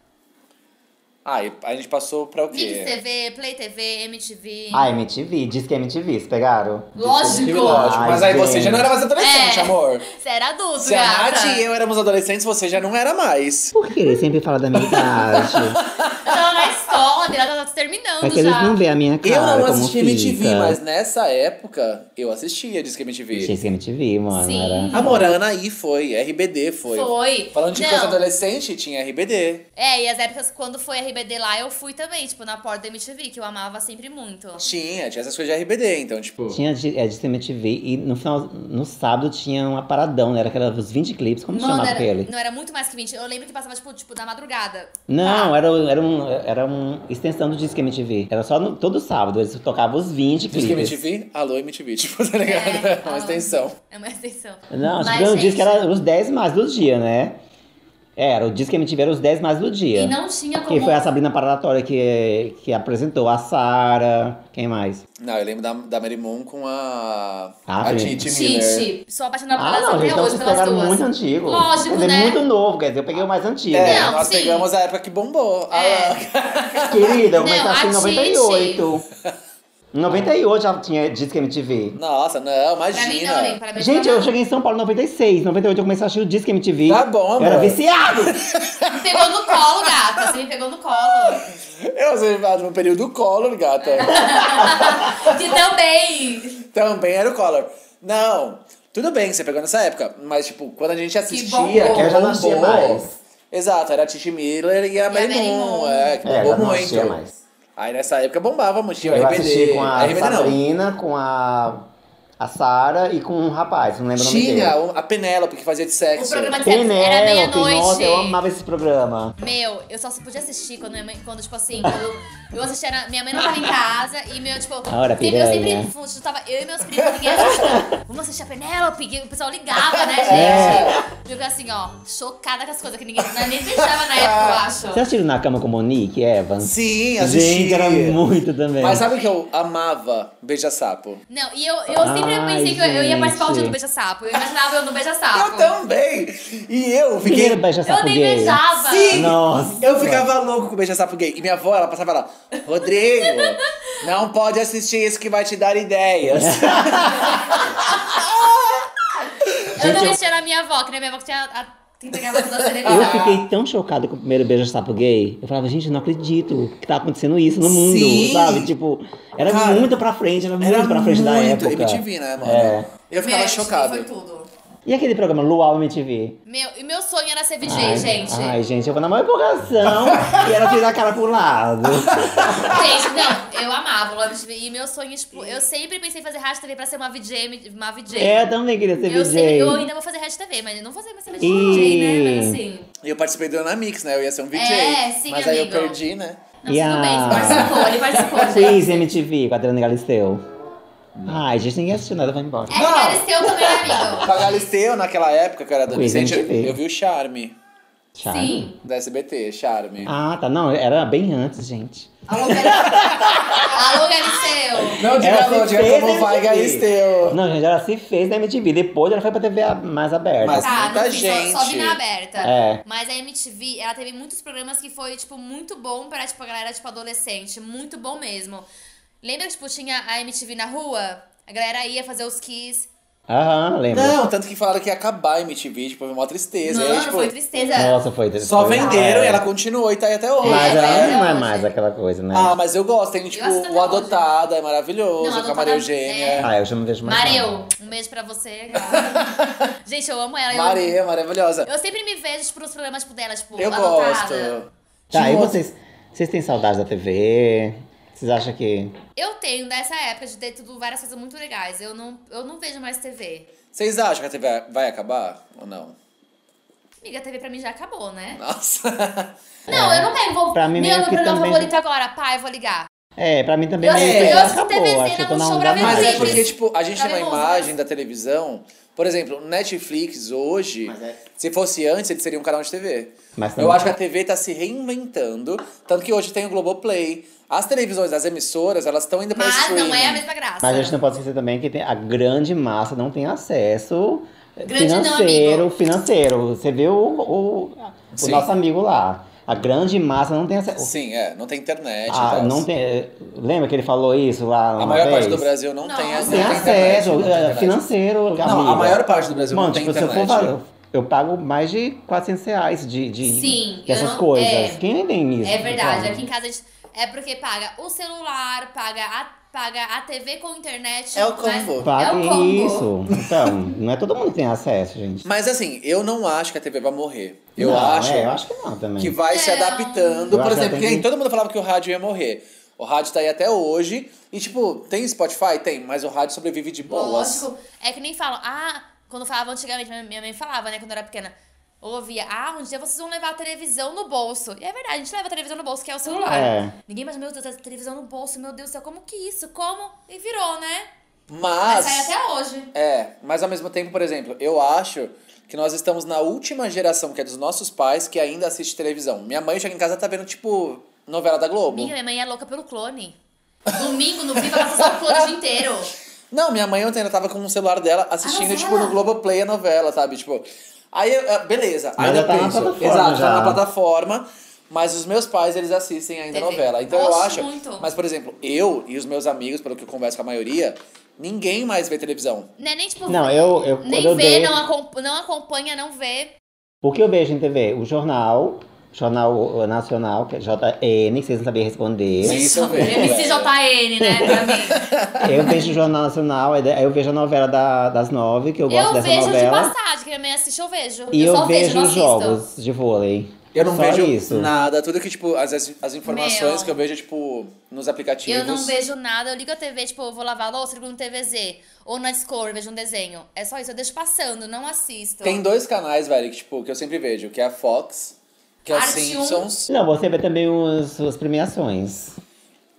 Ah, e a gente passou pra o
Mix
quê?
TV, Play TV, MTV.
Ah, MTV. Diz que é MTV, se pegaram? é
Lógico.
Lógico, mas aí
Ai,
você já não era mais adolescente,
É.
amor.
Você era adulto,
Se a
gata.
Nath e eu éramos adolescentes, você já não era mais.
Por que eles sempre falam da minha idade?
Eu tava na escola, ela tava terminando
é que eles
já.
não veem a minha cara
Eu não
como
assistia MTV,
fica.
mas nessa época eu assistia Disque MTV.
Diz que é MTV, mano.
Sim.
Era...
A Morana aí foi, RBD foi.
Foi.
Falando de
Não.
coisa adolescente, tinha RBD.
É, e as épocas quando foi RBD lá, eu fui também, tipo, na porta da MTV, que eu amava sempre muito.
Tinha, tinha essas coisas de RBD, então, tipo.
Tinha de- é, Disque MTV e no final, no sábado tinha uma paradão, né? Era aquela dos 20 clipes, como
Mano,
chamava
era, Ah.
aquele?
não era muito mais que 20. Eu lembro que passava, tipo, tipo da madrugada.
Não, era, era, um, era um extensão do Disque MTV. Era só no, todo sábado, eles tocavam os 20
Disque
clipes.
MTV, alô MTV, tipo, tá ligado?
É,
uma
alô.
extensão.
É uma extensão.
Não,
Mas,
tipo, eu disse
gente,
que era os 10 mais do dia, né? Era, o Disque MTV era os 10 mais do dia.
E não tinha como.
Que foi a Sabrina Paradatória que, que apresentou, a Sara, quem mais?
Não, eu lembro da, da Mary Moon com a.
Ah,
a
sim.
Titi Miller.
Tite. Sou apaixonada
Ah,
pelas
não,
até
gente, então
é hoje
vocês
pelas
pegaram
duas.
muito antigo.
Lógico,
quer dizer,
né?
muito novo, quer dizer, eu peguei o mais antigo.
É,
Não,
nós
sim.
pegamos a época que bombou. Ah,
É.
Querida, eu
Não,
comecei
a
assim em 98. Em 98 já tinha Disque MTV.
Ah, Nossa, não,
É. Pra mim
imagina.
não, nem pra mim
Gente,
não.
eu cheguei em São Paulo em 96. Em 98 eu comecei a assistir o Disque MTV.
Tá bom,
Eu era
amor.
viciado.
Me pegou no colo, gata. Você me pegou no colo.
eu sei, mas no período Collor, gata.
É. Que também.
Também era o Collor. Não, tudo bem, que você pegou nessa época. Mas, tipo, quando a gente assistia,
bombou.
que
Eu
já não assistia
bombou-
mais.
Exato, era a Titi Miller e a Mary
Mary
Moon.
Moon.
É, que
É,
bombou
eu não
muito.
assistia mais.
Aí nessa época bombava muito. Tinha o
Eu
RBD.
assisti com a
RBD não.
Sabrina, com a, a Sara e com um rapaz, não lembro o nome dele.
Tinha o- a Penélope que fazia de
É
sexo.
O programa de sexo era
Penélope, nossa, né, eu
meia-noite.
amava esse programa.
Meu, eu só podia assistir quando minha mãe, quando, tipo assim, quando eu assistia, era- minha mãe não tava em casa e meu, tipo,
A hora
sempre, eu
piranha.
sempre fu- chutava, eu e meus primos, ninguém assistia. Vamos assistir a Penélope, que o pessoal ligava, né, gente?
É.
E eu ficava assim, ó, chocada com as coisas que ninguém né, nem deixava na época, eu acho.
Vocês assistiram na cama com Monique, Evans?
Sim, assistia.
Gente, era muito também.
Mas sabe o que eu amava? Beija-sapo.
Não, e eu, eu sempre
Ai,
pensei que eu, eu ia participar um dia do
gente.
Beija-Sapo. Eu imaginava eu no Beija-Sapo.
Eu também! E eu fiquei.
Primeiro beija
Eu
sapo
nem
gay.
beijava.
Sim!
Nossa.
Eu ficava louco com beija-sapo gay. E minha avó, ela passava lá, Rodrigo, não pode assistir isso que vai te dar ideias.
É,
Eu não mexia na minha avó, que nem a minha avó que tinha a, que pegava toda a
Eu
televisão.
fiquei tão chocado com o primeiro beijo sapo gay. Eu falava, gente, eu não acredito que tá acontecendo isso no mundo,
Sim.
sabe? Tipo, era
Cara,
muito pra frente, era muito
Era
pra frente da
muito
época.
MTV, né, mano?
É.
Eu ficava
Meu, Foi
chocado.
tudo.
E aquele programa Luau MTV?
Meu, e meu sonho era ser VJ,
ai,
gente.
Ai, gente, eu vou na maior empolgação e ela fez a cara pro lado.
Gente, não, eu amava o Love TV. E meu sonho, tipo, eu sempre pensei em fazer rádio TV pra ser uma VJ. Uma VJ.
É, eu também queria ser
eu,
VJ.
sempre- eu ainda vou fazer rádio TV, mas eu não vou fazer mais ser VJ, né? Mas assim.
E eu participei do Anamix, né? Eu ia ser um VJ.
É, sim,
mas aí eu
amigo.
perdi, né?
Não,
E a-
tudo bem, você participou, ele participou. gente.
Fiz MTV com a Adriana Galisteu. Ai, gente, ninguém assistiu nada, vai embora.
É que
Não.
pareceu também, amigo.
Com a Galisteu, naquela época que eu era
Quiz
adolescente, eu,
MTV.
eu vi o Charme
Charme.
Sim.
da SBT, Charme.
Ah, tá. Não, era bem antes, gente.
Alô, Galisteu. Alô, Galisteu.
Não diga
Ela
não,
se
diga
fez
como
na
vai
MTV.
Galisteu.
Não, gente, ela se fez na MTV. Depois ela foi pra TV a- mais aberta.
Mas-
Tá,
muita
não vi, só- Só,
gente.
vi na aberta.
É.
Mas a MTV, ela teve muitos programas que foi, tipo, muito bom pra, tipo, a galera, tipo, adolescente. Muito bom mesmo. Lembra que, tipo, tinha a MTV na rua? A galera ia fazer os kiss.
Aham, lembro.
Não, tanto que falaram que ia acabar a MTV, tipo, foi uma tristeza. e aí,
Mano,
tipo,
foi tristeza.
Nossa, foi.
só
foi-
venderam
é.
e ela continuou e tá aí até hoje.
Mas
É,
ela
até
não é
hoje.
mais aquela coisa, né?
Ah, mas eu gosto, tem tipo
assisto até
o
hoje.
Adotada, é maravilhoso,
Não,
com a
Adotada
Maria
é-
Eugênia.
Ah, eu já não vejo mais. não.
Mareu, um beijo pra você, gata. Gente, eu amo ela. Eu,
Maria, é maravilhosa.
eu sempre me vejo, tipo, nos programas, tipo, dela, tipo,
Eu gosto.
adotada.
Tá,
Tinha
e
um-
vocês? Vocês têm saudade da TV? Vocês acham que.
Eu tenho dessa época de ter tudo várias coisas muito legais. Eu não, eu não vejo mais TV.
Vocês acham que a TV vai acabar ou não?
Amiga, a TV pra mim já acabou, né?
Nossa.
Não, eu não pego. Vou...
É. Pra mim
meu
meio
meu
que
programa
também-
favorito agora, pá, eu vou ligar.
É, pra mim também
Eu
meio
acho-
que
eu acho que
acabou,
TVzinha
acho que eu tô
não
na
sobrou
onda
mesmo,
Mas é
Netflix.
porque, tipo, a gente
Pra
tem uma
ver músicas.
imagem da televisão. Por exemplo, Netflix hoje,
Mas é-
se fosse antes, ele seria um canal de TV.
Mas
Eu
não-
acho que a TV tá se reinventando. Tanto que hoje tem o Globoplay. As televisões, as emissoras, elas estão indo pra
Mas
streaming.
não é a mesma graça.
Mas a gente não pode esquecer também que tem- a grande massa não tem acesso
Grande não,
financeiro.
amigo.
financeiro. Você viu o, o- o
Sim.
nosso amigo lá. A grande massa não tem acesso.
Sim, é. Não tem internet. e
Ah,
tal.
não tem, lembra que ele falou isso lá
A
uma
maior
vez?
parte do Brasil não,
Não,
tem,
não é
não
tem
tem
acesso
internet, não tem
eh,
internet.
financeiro,
Não,
amiga.
a maior parte do Brasil
Mano,
não tem
tipo, se eu
internet.
for falar, eu pago mais de 400 reais de, de
Sim, eu
dessas
não-
coisas.
é.
Quem tem isso? então.
É verdade,
sabe?
aqui em casa a gente. É porque paga o celular, paga a, paga a TV com internet.
É o
mas-
combo.
É o
Pague
combo.
isso. Então, não é todo mundo que tem acesso, gente.
Mas assim, eu não acho que a TV vai morrer. Eu
Não,
acho
é, eu acho que não também.
que vai se
Não.
adaptando.
Eu
Por
acho que
exemplo,
tem
que...
que-
todo mundo falava que o rádio ia morrer. O rádio tá aí até hoje. E, tipo, tem Spotify? Tem, mas o rádio sobrevive de boas.
Lógico. É que nem falam, ah, quando falavam antigamente, minha- minha mãe falava, né, quando eu era pequena. Eu ouvia, ah, um dia vocês vão levar a televisão no bolso. E é verdade, a gente leva a televisão no bolso, que é o celular.
É.
Ninguém mais, meu Deus, a televisão no bolso, meu Deus do céu, como que isso? Como? E virou, né? Mas
Mas.
sai até hoje.
É, mas ao mesmo tempo, por exemplo, eu acho que nós estamos na última geração, que é dos nossos pais, que ainda assiste televisão. Minha mãe chega em casa e tá vendo, tipo, novela da Globo.
Minha mãe é louca pelo clone. Domingo no Viva, ela passa o clone o dia inteiro.
Não, minha mãe ontem ainda tava com o celular dela assistindo,
novela.
tipo, no Globoplay a novela, sabe? Tipo, aí, eu- eu- beleza.
Mas
aí
já
eu
tá na
penso,
plataforma
exato,
já.
tá na plataforma, mas os meus pais, eles assistem ainda
TV.
novela. Então eu
Nossa,
acho,
muito.
mas por exemplo, eu e os meus amigos, pelo que eu converso com a maioria, ninguém mais vê televisão.
Não é nem tipo.
Não, eu, eu,
nem
eu
vê,
dei-
não, acom- não acompanha, não vê.
O que eu vejo em TV? O jornal, jornal nacional, que é JN, que vocês não sabiam responder.
Sim, isso eu vejo. velho.
MCJN, né? Pra mim.
Eu vejo o jornal nacional, aí eu vejo a novela da- das nove, que eu gosto
Eu
dessa
vejo tipo,
novela.
de passagem, que minha mãe assiste, eu vejo.
e eu,
só vejo,
vejo
não
os
assisto.
jogos de vôlei.
Eu não
Só
vejo
isso.
nada, tudo que, tipo, as- as, as informações
Meu.
que eu vejo, é, tipo, nos aplicativos.
Eu não vejo nada, eu ligo a TV, tipo, eu vou lavar a louça, ligo no TVZ. Ou na Discord, vejo um desenho. É só isso, eu deixo passando, não assisto.
Tem dois canais, velho, que, tipo, que eu sempre vejo, que é a Fox, que é o
Arte um.
Simpsons.
Não, você vê também os, as premiações.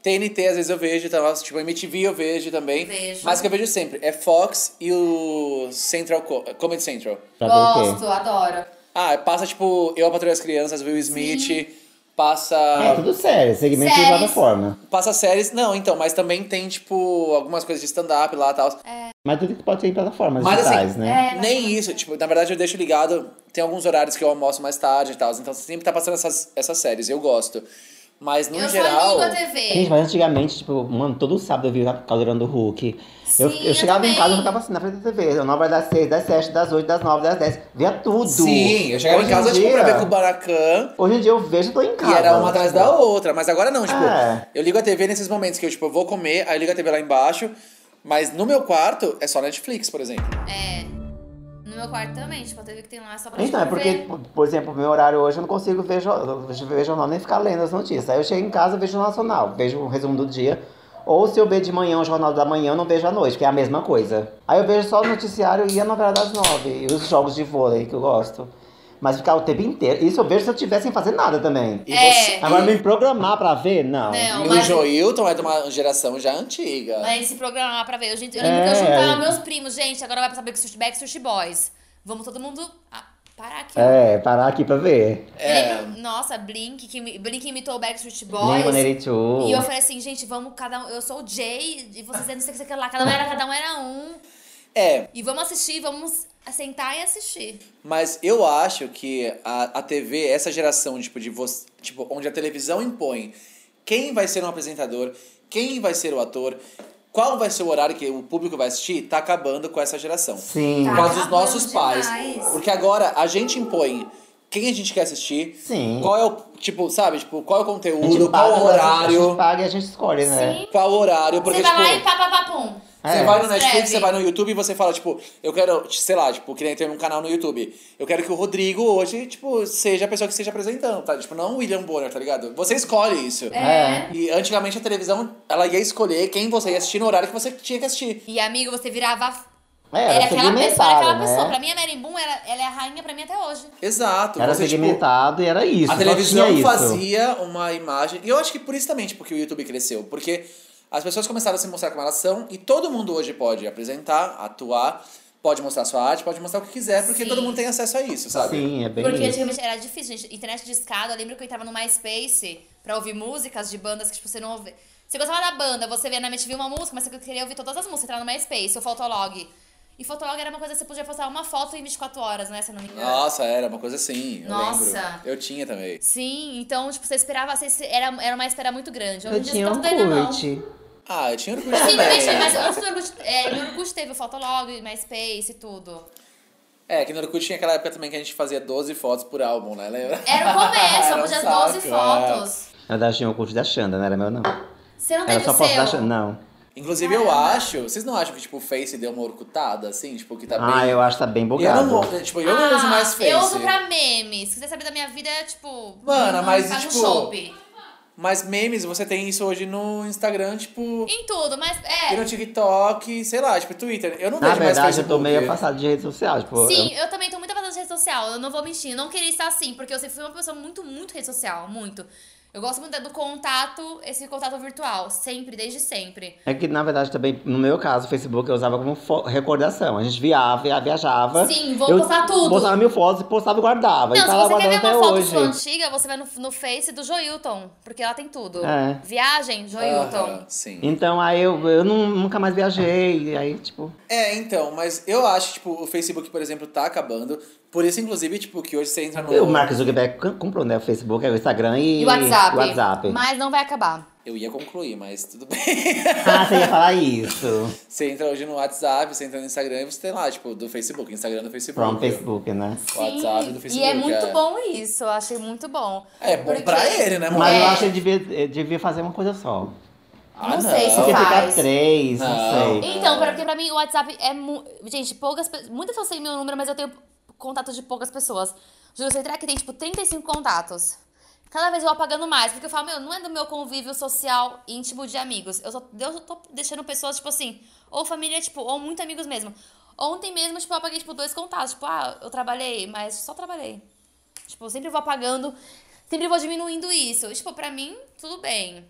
TNT às vezes eu vejo, então, tipo, MTV eu vejo também.
Vejo.
Mas o que eu vejo sempre é Fox e o Central Co Comedy Central.
Pra ver o quê?
Gosto, adoro.
Ah, passa, tipo, Eu a Patrulha as Crianças, Will Smith,
É
passa.
tudo sério, segmento de
Séries.
plataforma.
Passa séries. Não, então, mas também tem, tipo, algumas coisas de stand-up lá e tal.
Mas tudo que pode ter em plataformas
Mas,
digitais,
assim,
né?
É, mas-
Nem isso, tipo, na verdade eu deixo ligado. Tem alguns horários que eu almoço mais tarde e tal. Então sempre tá passando essas, essas séries, eu gosto. Mas no
eu
geral.
só ligo a TV.
Gente, mas antigamente, tipo, mano, todo sábado eu via o Caldeirão do Hulk. eu,
Sim,
eu chegava
eu
em casa e
também.
ficava assim, na frente da TV. Eu 9 das 6, das 7, das 8, das 9, das 10. Via tudo.
Sim, eu chegava
Hoje
em casa, tipo, pra
dia-
ver com o Baracan.
Hoje em dia eu vejo e tô em casa.
E era uma atrás
tipo.
da outra, mas agora não, tipo,
É.
eu ligo a TV nesses momentos que eu, tipo, eu vou comer, aí eu ligo a TV lá embaixo, mas no meu quarto é só Netflix, por exemplo.
É. No meu quarto também, tipo, a TV que tem lá é só pra
Então, é
gente
porque,
ver.
por- por exemplo, meu horário hoje eu não consigo ver, jo- ver jornal nem ficar lendo as notícias. Aí eu chego em casa, vejo o Nacional, vejo o resumo do dia. Ou se eu vejo de manhã o jornal da manhã, eu não vejo à noite, que é a mesma coisa. Aí eu vejo só o noticiário e a novela das nove, e os jogos de vôlei que eu gosto. Mas ficar o tempo inteiro. Isso eu vejo se eu estiver sem fazer nada também.
E
É.
você.
Agora Ah, me programar pra ver, não.
Não,
E o
mas-
Joilton é de uma geração já antiga.
Mas se programar pra ver. Eu, gente, eu lembro que eu
É.
juntava meus primos. Gente, agora vai pra saber que Sushi Back Sushi Boys. Vamos todo mundo ah, parar aqui.
É, parar aqui pra ver.
Eu
É.
lembro, nossa, Blink, que, me- Blink imitou o Backstreet Boys. E eu
Boys.
falei assim, gente, vamos cada um. Eu sou o Jay e vocês é não sei o que, sei o que lá. Cada um era, cada um era um.
É,
E vamos assistir, vamos sentar e assistir.
mas eu acho que a, a TV, essa geração, tipo, de você. Tipo, onde a televisão impõe quem vai ser um apresentador, quem vai ser o ator, qual vai ser o horário que o público vai assistir, tá acabando com essa geração.
Sim.
Por
Tá.
causa dos nossos
Acabando
pais.
demais.
Porque agora a gente impõe quem a gente quer assistir,
Sim.
qual é o, tipo, sabe, tipo, qual é o
A gente
conteúdo, qual o
paga, A gente
horário,
paga e a gente escolhe, né?
Sim.
qual o horário, porque
Você vai lá um e
tipo,
papapapum.
você
É.
vai no Netflix,
Escreve.
você vai no YouTube e você fala, tipo, eu quero, sei lá, tipo, que nem tem um canal no YouTube. Eu quero que o Rodrigo hoje, tipo, seja a pessoa que esteja apresentando, tá? Tipo, não o William Bonner, tá ligado? Você escolhe isso.
É.
E antigamente a televisão, ela ia escolher quem você ia assistir no horário que você tinha que assistir.
E amigo, você virava
É,
Era,
era
aquela pessoa, era
segmentada,
aquela
né?
pessoa. Pra mim, a Mary Boom, era, ela é a rainha pra mim até hoje.
Exato.
Era
você, tipo,
segmentado e era isso.
a
só
televisão
tinha isso.
fazia uma imagem. E eu acho que por isso também, tipo, que o YouTube cresceu. Porque as pessoas começaram a se mostrar como elas são e todo mundo hoje pode apresentar, atuar, pode mostrar sua arte, pode mostrar o que quiser, porque
Sim.
todo mundo tem acesso a isso, sabe?
Sim, é bem
Porque
isso.
antigamente era difícil, gente. Internet de escada, eu lembro que eu entrava no MySpace pra ouvir músicas de bandas que tipo, você não ouve. Você gostava da banda, você via na MTV uma música, mas você queria ouvir todas as músicas, entrar no MySpace, ou Fotolog. E Fotolog era uma coisa que você podia postar uma foto em 24 horas, né? Se eu não me engano.
Nossa, era uma coisa assim. Eu
Nossa.
lembro. Eu tinha também.
Sim, então, tipo, você esperava, você se- era, era uma espera muito grande. Hoje
Eu
em dia
tinha
você
um
tá tudo doido, não.
curte.
Ah, eu tinha Orkut
Sim, mas, mas
também.
antes do Orkut, é, no Orkut teve o Fotolog, MySpace e tudo.
É, que no Orkut tinha aquela época também que a gente fazia 12 fotos por álbum, né? Lembra?
Era o começo, só
Era um
podia
saco,
12
é.
fotos.
Na verdade, tinha o curte da Xanda, não era meu, não.
Você não
Era
teve
só
o seu?
posso da Xanda. Não.
Inclusive, eu acho. Vocês não acham que, tipo, o Face deu uma orcutada, assim? Tipo, que tá bem.
Ah, eu acho que tá bem
Eu
bugado.
não vou- Tipo, eu não uso mais Face.
Ah, Eu uso pra memes. Se quiser saber da minha vida, é tipo.
Mana, mas,
faz um
tipo,
chope.
Mas memes, você tem isso hoje no Instagram, tipo.
Em tudo, mas.
E
É.
no TikTok, sei lá, tipo, Twitter. Eu não
Na
vejo mais
verdade, eu
Facebook. é.
tô meio afastado de redes sociais. Tipo,
Sim, eu também tô muito afastada de rede social. Eu não vou mentir. Eu não queria estar assim, porque eu sempre fui uma pessoa muito, muito rede social. Muito. Eu gosto muito do contato, esse contato virtual. Sempre, desde sempre.
É que, na verdade, também, no meu caso, o Facebook eu usava como fo- recordação. A gente viava, via- viajava.
Sim, vou
eu
postar tudo.
Postava mil fotos e postava e guardava. e
Não,
tá
se
lá
você quer
guardando
ver
até
uma foto
hoje.
sua antiga, você vai no, no Face do Joilton, porque lá tem tudo.
É.
Viagem, Joilton.
Aham, sim.
Então, aí eu, eu nu- nunca mais viajei. E aí, tipo.
É, então, mas eu acho, tipo, o Facebook, por exemplo, tá acabando. Por isso, inclusive, tipo, que hoje você entra no.
O Mark Zuckerberg c- comprou, né? O Facebook, o Instagram e,
E o WhatsApp.
o WhatsApp.
Mas não vai acabar.
Eu ia concluir, mas tudo bem.
Ah, você ia falar isso.
você entra hoje no WhatsApp, você entra no Instagram e você tem lá, tipo, do Facebook, Instagram do Facebook.
From Facebook, né?
WhatsApp do
E é
Facebook,
muito
é.
bom isso, eu achei muito bom.
É bom
Porque-
pra ele, né,
É.
Mas
mulher?
eu acho que ele devia, ele devia fazer uma coisa só.
Ah,
não sei se
Porque
faz.
ficar três, não,
Não.
sei.
Então, pra- porque pra mim o WhatsApp é. Mu... Gente, poucas pe- Muitas pessoas têm meu número, mas eu tenho contato de poucas pessoas. Juro, você entrar que tem tipo 35 contatos. Cada vez eu vou apagando mais, porque eu falo, meu, não é do meu convívio social íntimo de amigos. Eu só eu só tô deixando pessoas, tipo assim, ou família, tipo, ou muito amigos mesmo. Ontem mesmo, tipo, eu apaguei, tipo, dois contatos. Tipo, ah, eu trabalhei, mas só trabalhei. Tipo, eu sempre vou apagando, sempre vou diminuindo isso. E, Tipo, pra mim, tudo bem.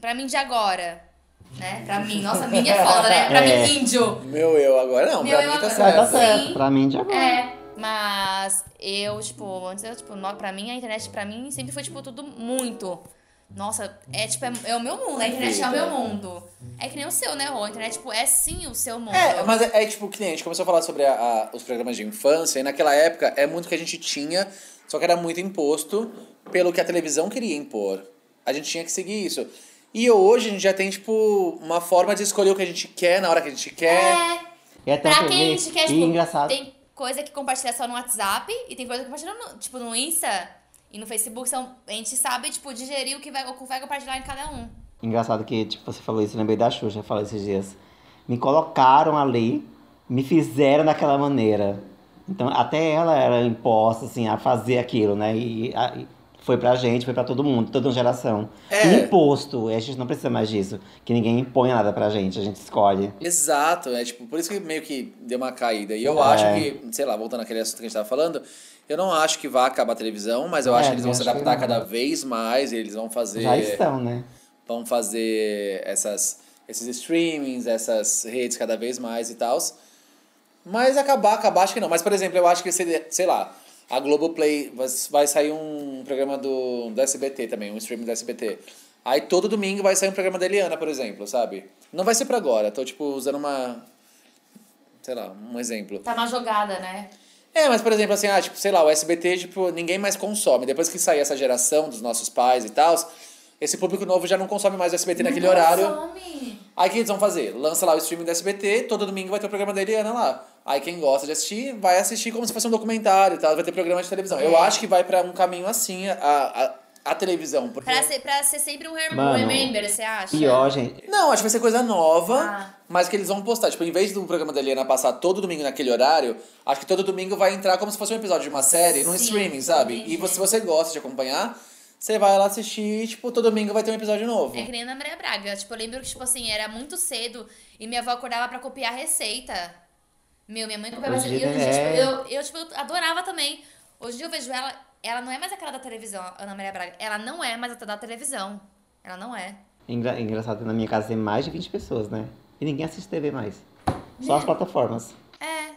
Pra mim de agora. Né? Pra mim, nossa, mim é foda, né? Pra
É.
mim, índio.
Meu eu agora não,
Meu
pra
eu
mim tá
agora.
Ah, tá
certo.
certo,
Então, Sim.
pra mim de agora.
É. Mas eu, tipo, antes eu, tipo, no- pra mim, a internet, pra mim, sempre foi, tipo, tudo muito. Nossa, é tipo, é, é o meu mundo, a internet é o meu mundo. É que nem o seu, né, Rô? A internet, tipo, é sim o seu mundo.
É, mas é, é tipo que nem a gente começou a falar sobre a- a- os programas de infância, e naquela época é muito que a gente tinha, só que era muito imposto pelo que a televisão queria impor. A gente tinha que seguir isso. E hoje a gente já tem, tipo, uma forma de escolher o que a gente quer na hora que a gente quer.
É.
E até
Pra
eu
quem
ver-
te quer,
e
tipo,
engraçado.
tem coisa que compartilha só no WhatsApp e tem coisa que compartilha, no, tipo, no Insta e no Facebook. São, a gente sabe, tipo, digerir o que vai, o que vai compartilhar em cada um.
Engraçado que, tipo, você falou isso, eu lembrei da Xuxa, falou esses dias. Me colocaram ali, me fizeram daquela maneira. Então, até ela era imposta, assim, a fazer aquilo, né? E, a- e foi pra gente, foi pra todo mundo, toda uma geração.
É.
E Imposto, a gente não precisa mais disso. Que ninguém impõe nada pra gente, a gente escolhe.
Exato, é tipo, por isso que meio que deu uma caída. E eu
É.
acho que, sei lá, voltando àquele assunto que a gente tava falando, eu não acho que vai acabar a televisão, mas eu
É,
acho que eles vão
eu
se
acho que
adaptar
não.
cada vez mais, e eles vão fazer.
Já estão, né?
vão fazer essas, esses streamings, essas redes cada vez mais e tal. Mas acabar, acabar, acho que não. Mas, por exemplo, eu acho que, seria, sei lá, a Globoplay vai- vai sair um programa do, do SBT também, um streaming do SBT. Aí todo domingo vai sair um programa da Eliana, por exemplo, sabe? Não vai ser pra agora, tô, tipo, usando uma. Sei lá, um exemplo.
Tá uma jogada, né?
É, mas por exemplo, assim, ah, tipo, sei lá, o SBT, tipo, ninguém mais consome. Depois que sair essa geração dos nossos pais e tal, esse público novo já não consome mais o SBT naquele horário.
Consome.
Aí o que eles vão fazer? Lança lá o streaming do SBT, todo domingo vai ter o programa da Eliana lá. Aí quem gosta de assistir, vai assistir como se fosse um documentário e tal, vai ter programa de televisão. Eu acho que vai pra um caminho assim, a, a, a televisão. Porque...
Pra ser, pra ser sempre um rem-
Mano,
remember, você acha?
E ó, gente,
Não, acho que vai ser coisa nova,
Ah.
mas que eles vão postar. Tipo, em vez do programa da Eliana passar todo domingo naquele horário, acho que todo domingo vai entrar como se fosse um episódio de uma série, num
Sim,
streaming, sabe? E
entendi.
vo- se você gosta de acompanhar, você vai lá assistir, tipo, todo domingo vai ter um episódio novo.
É que nem na Maria Braga. Tipo, eu lembro que, tipo assim, era muito cedo e minha avó acordava pra copiar a receita. Meu, minha mãe comprava
Hoje
essa. e Eu,
é-
gente, eu, eu, tipo, eu adorava também. Hoje em dia eu vejo ela. Ela não é mais aquela da televisão, a Ana Maria Braga. Ela não é mais a da televisão. Ela não é.
Engra- engraçado que na minha casa tem mais de 20 pessoas, né? E ninguém assiste TV mais. Só as plataformas.
É.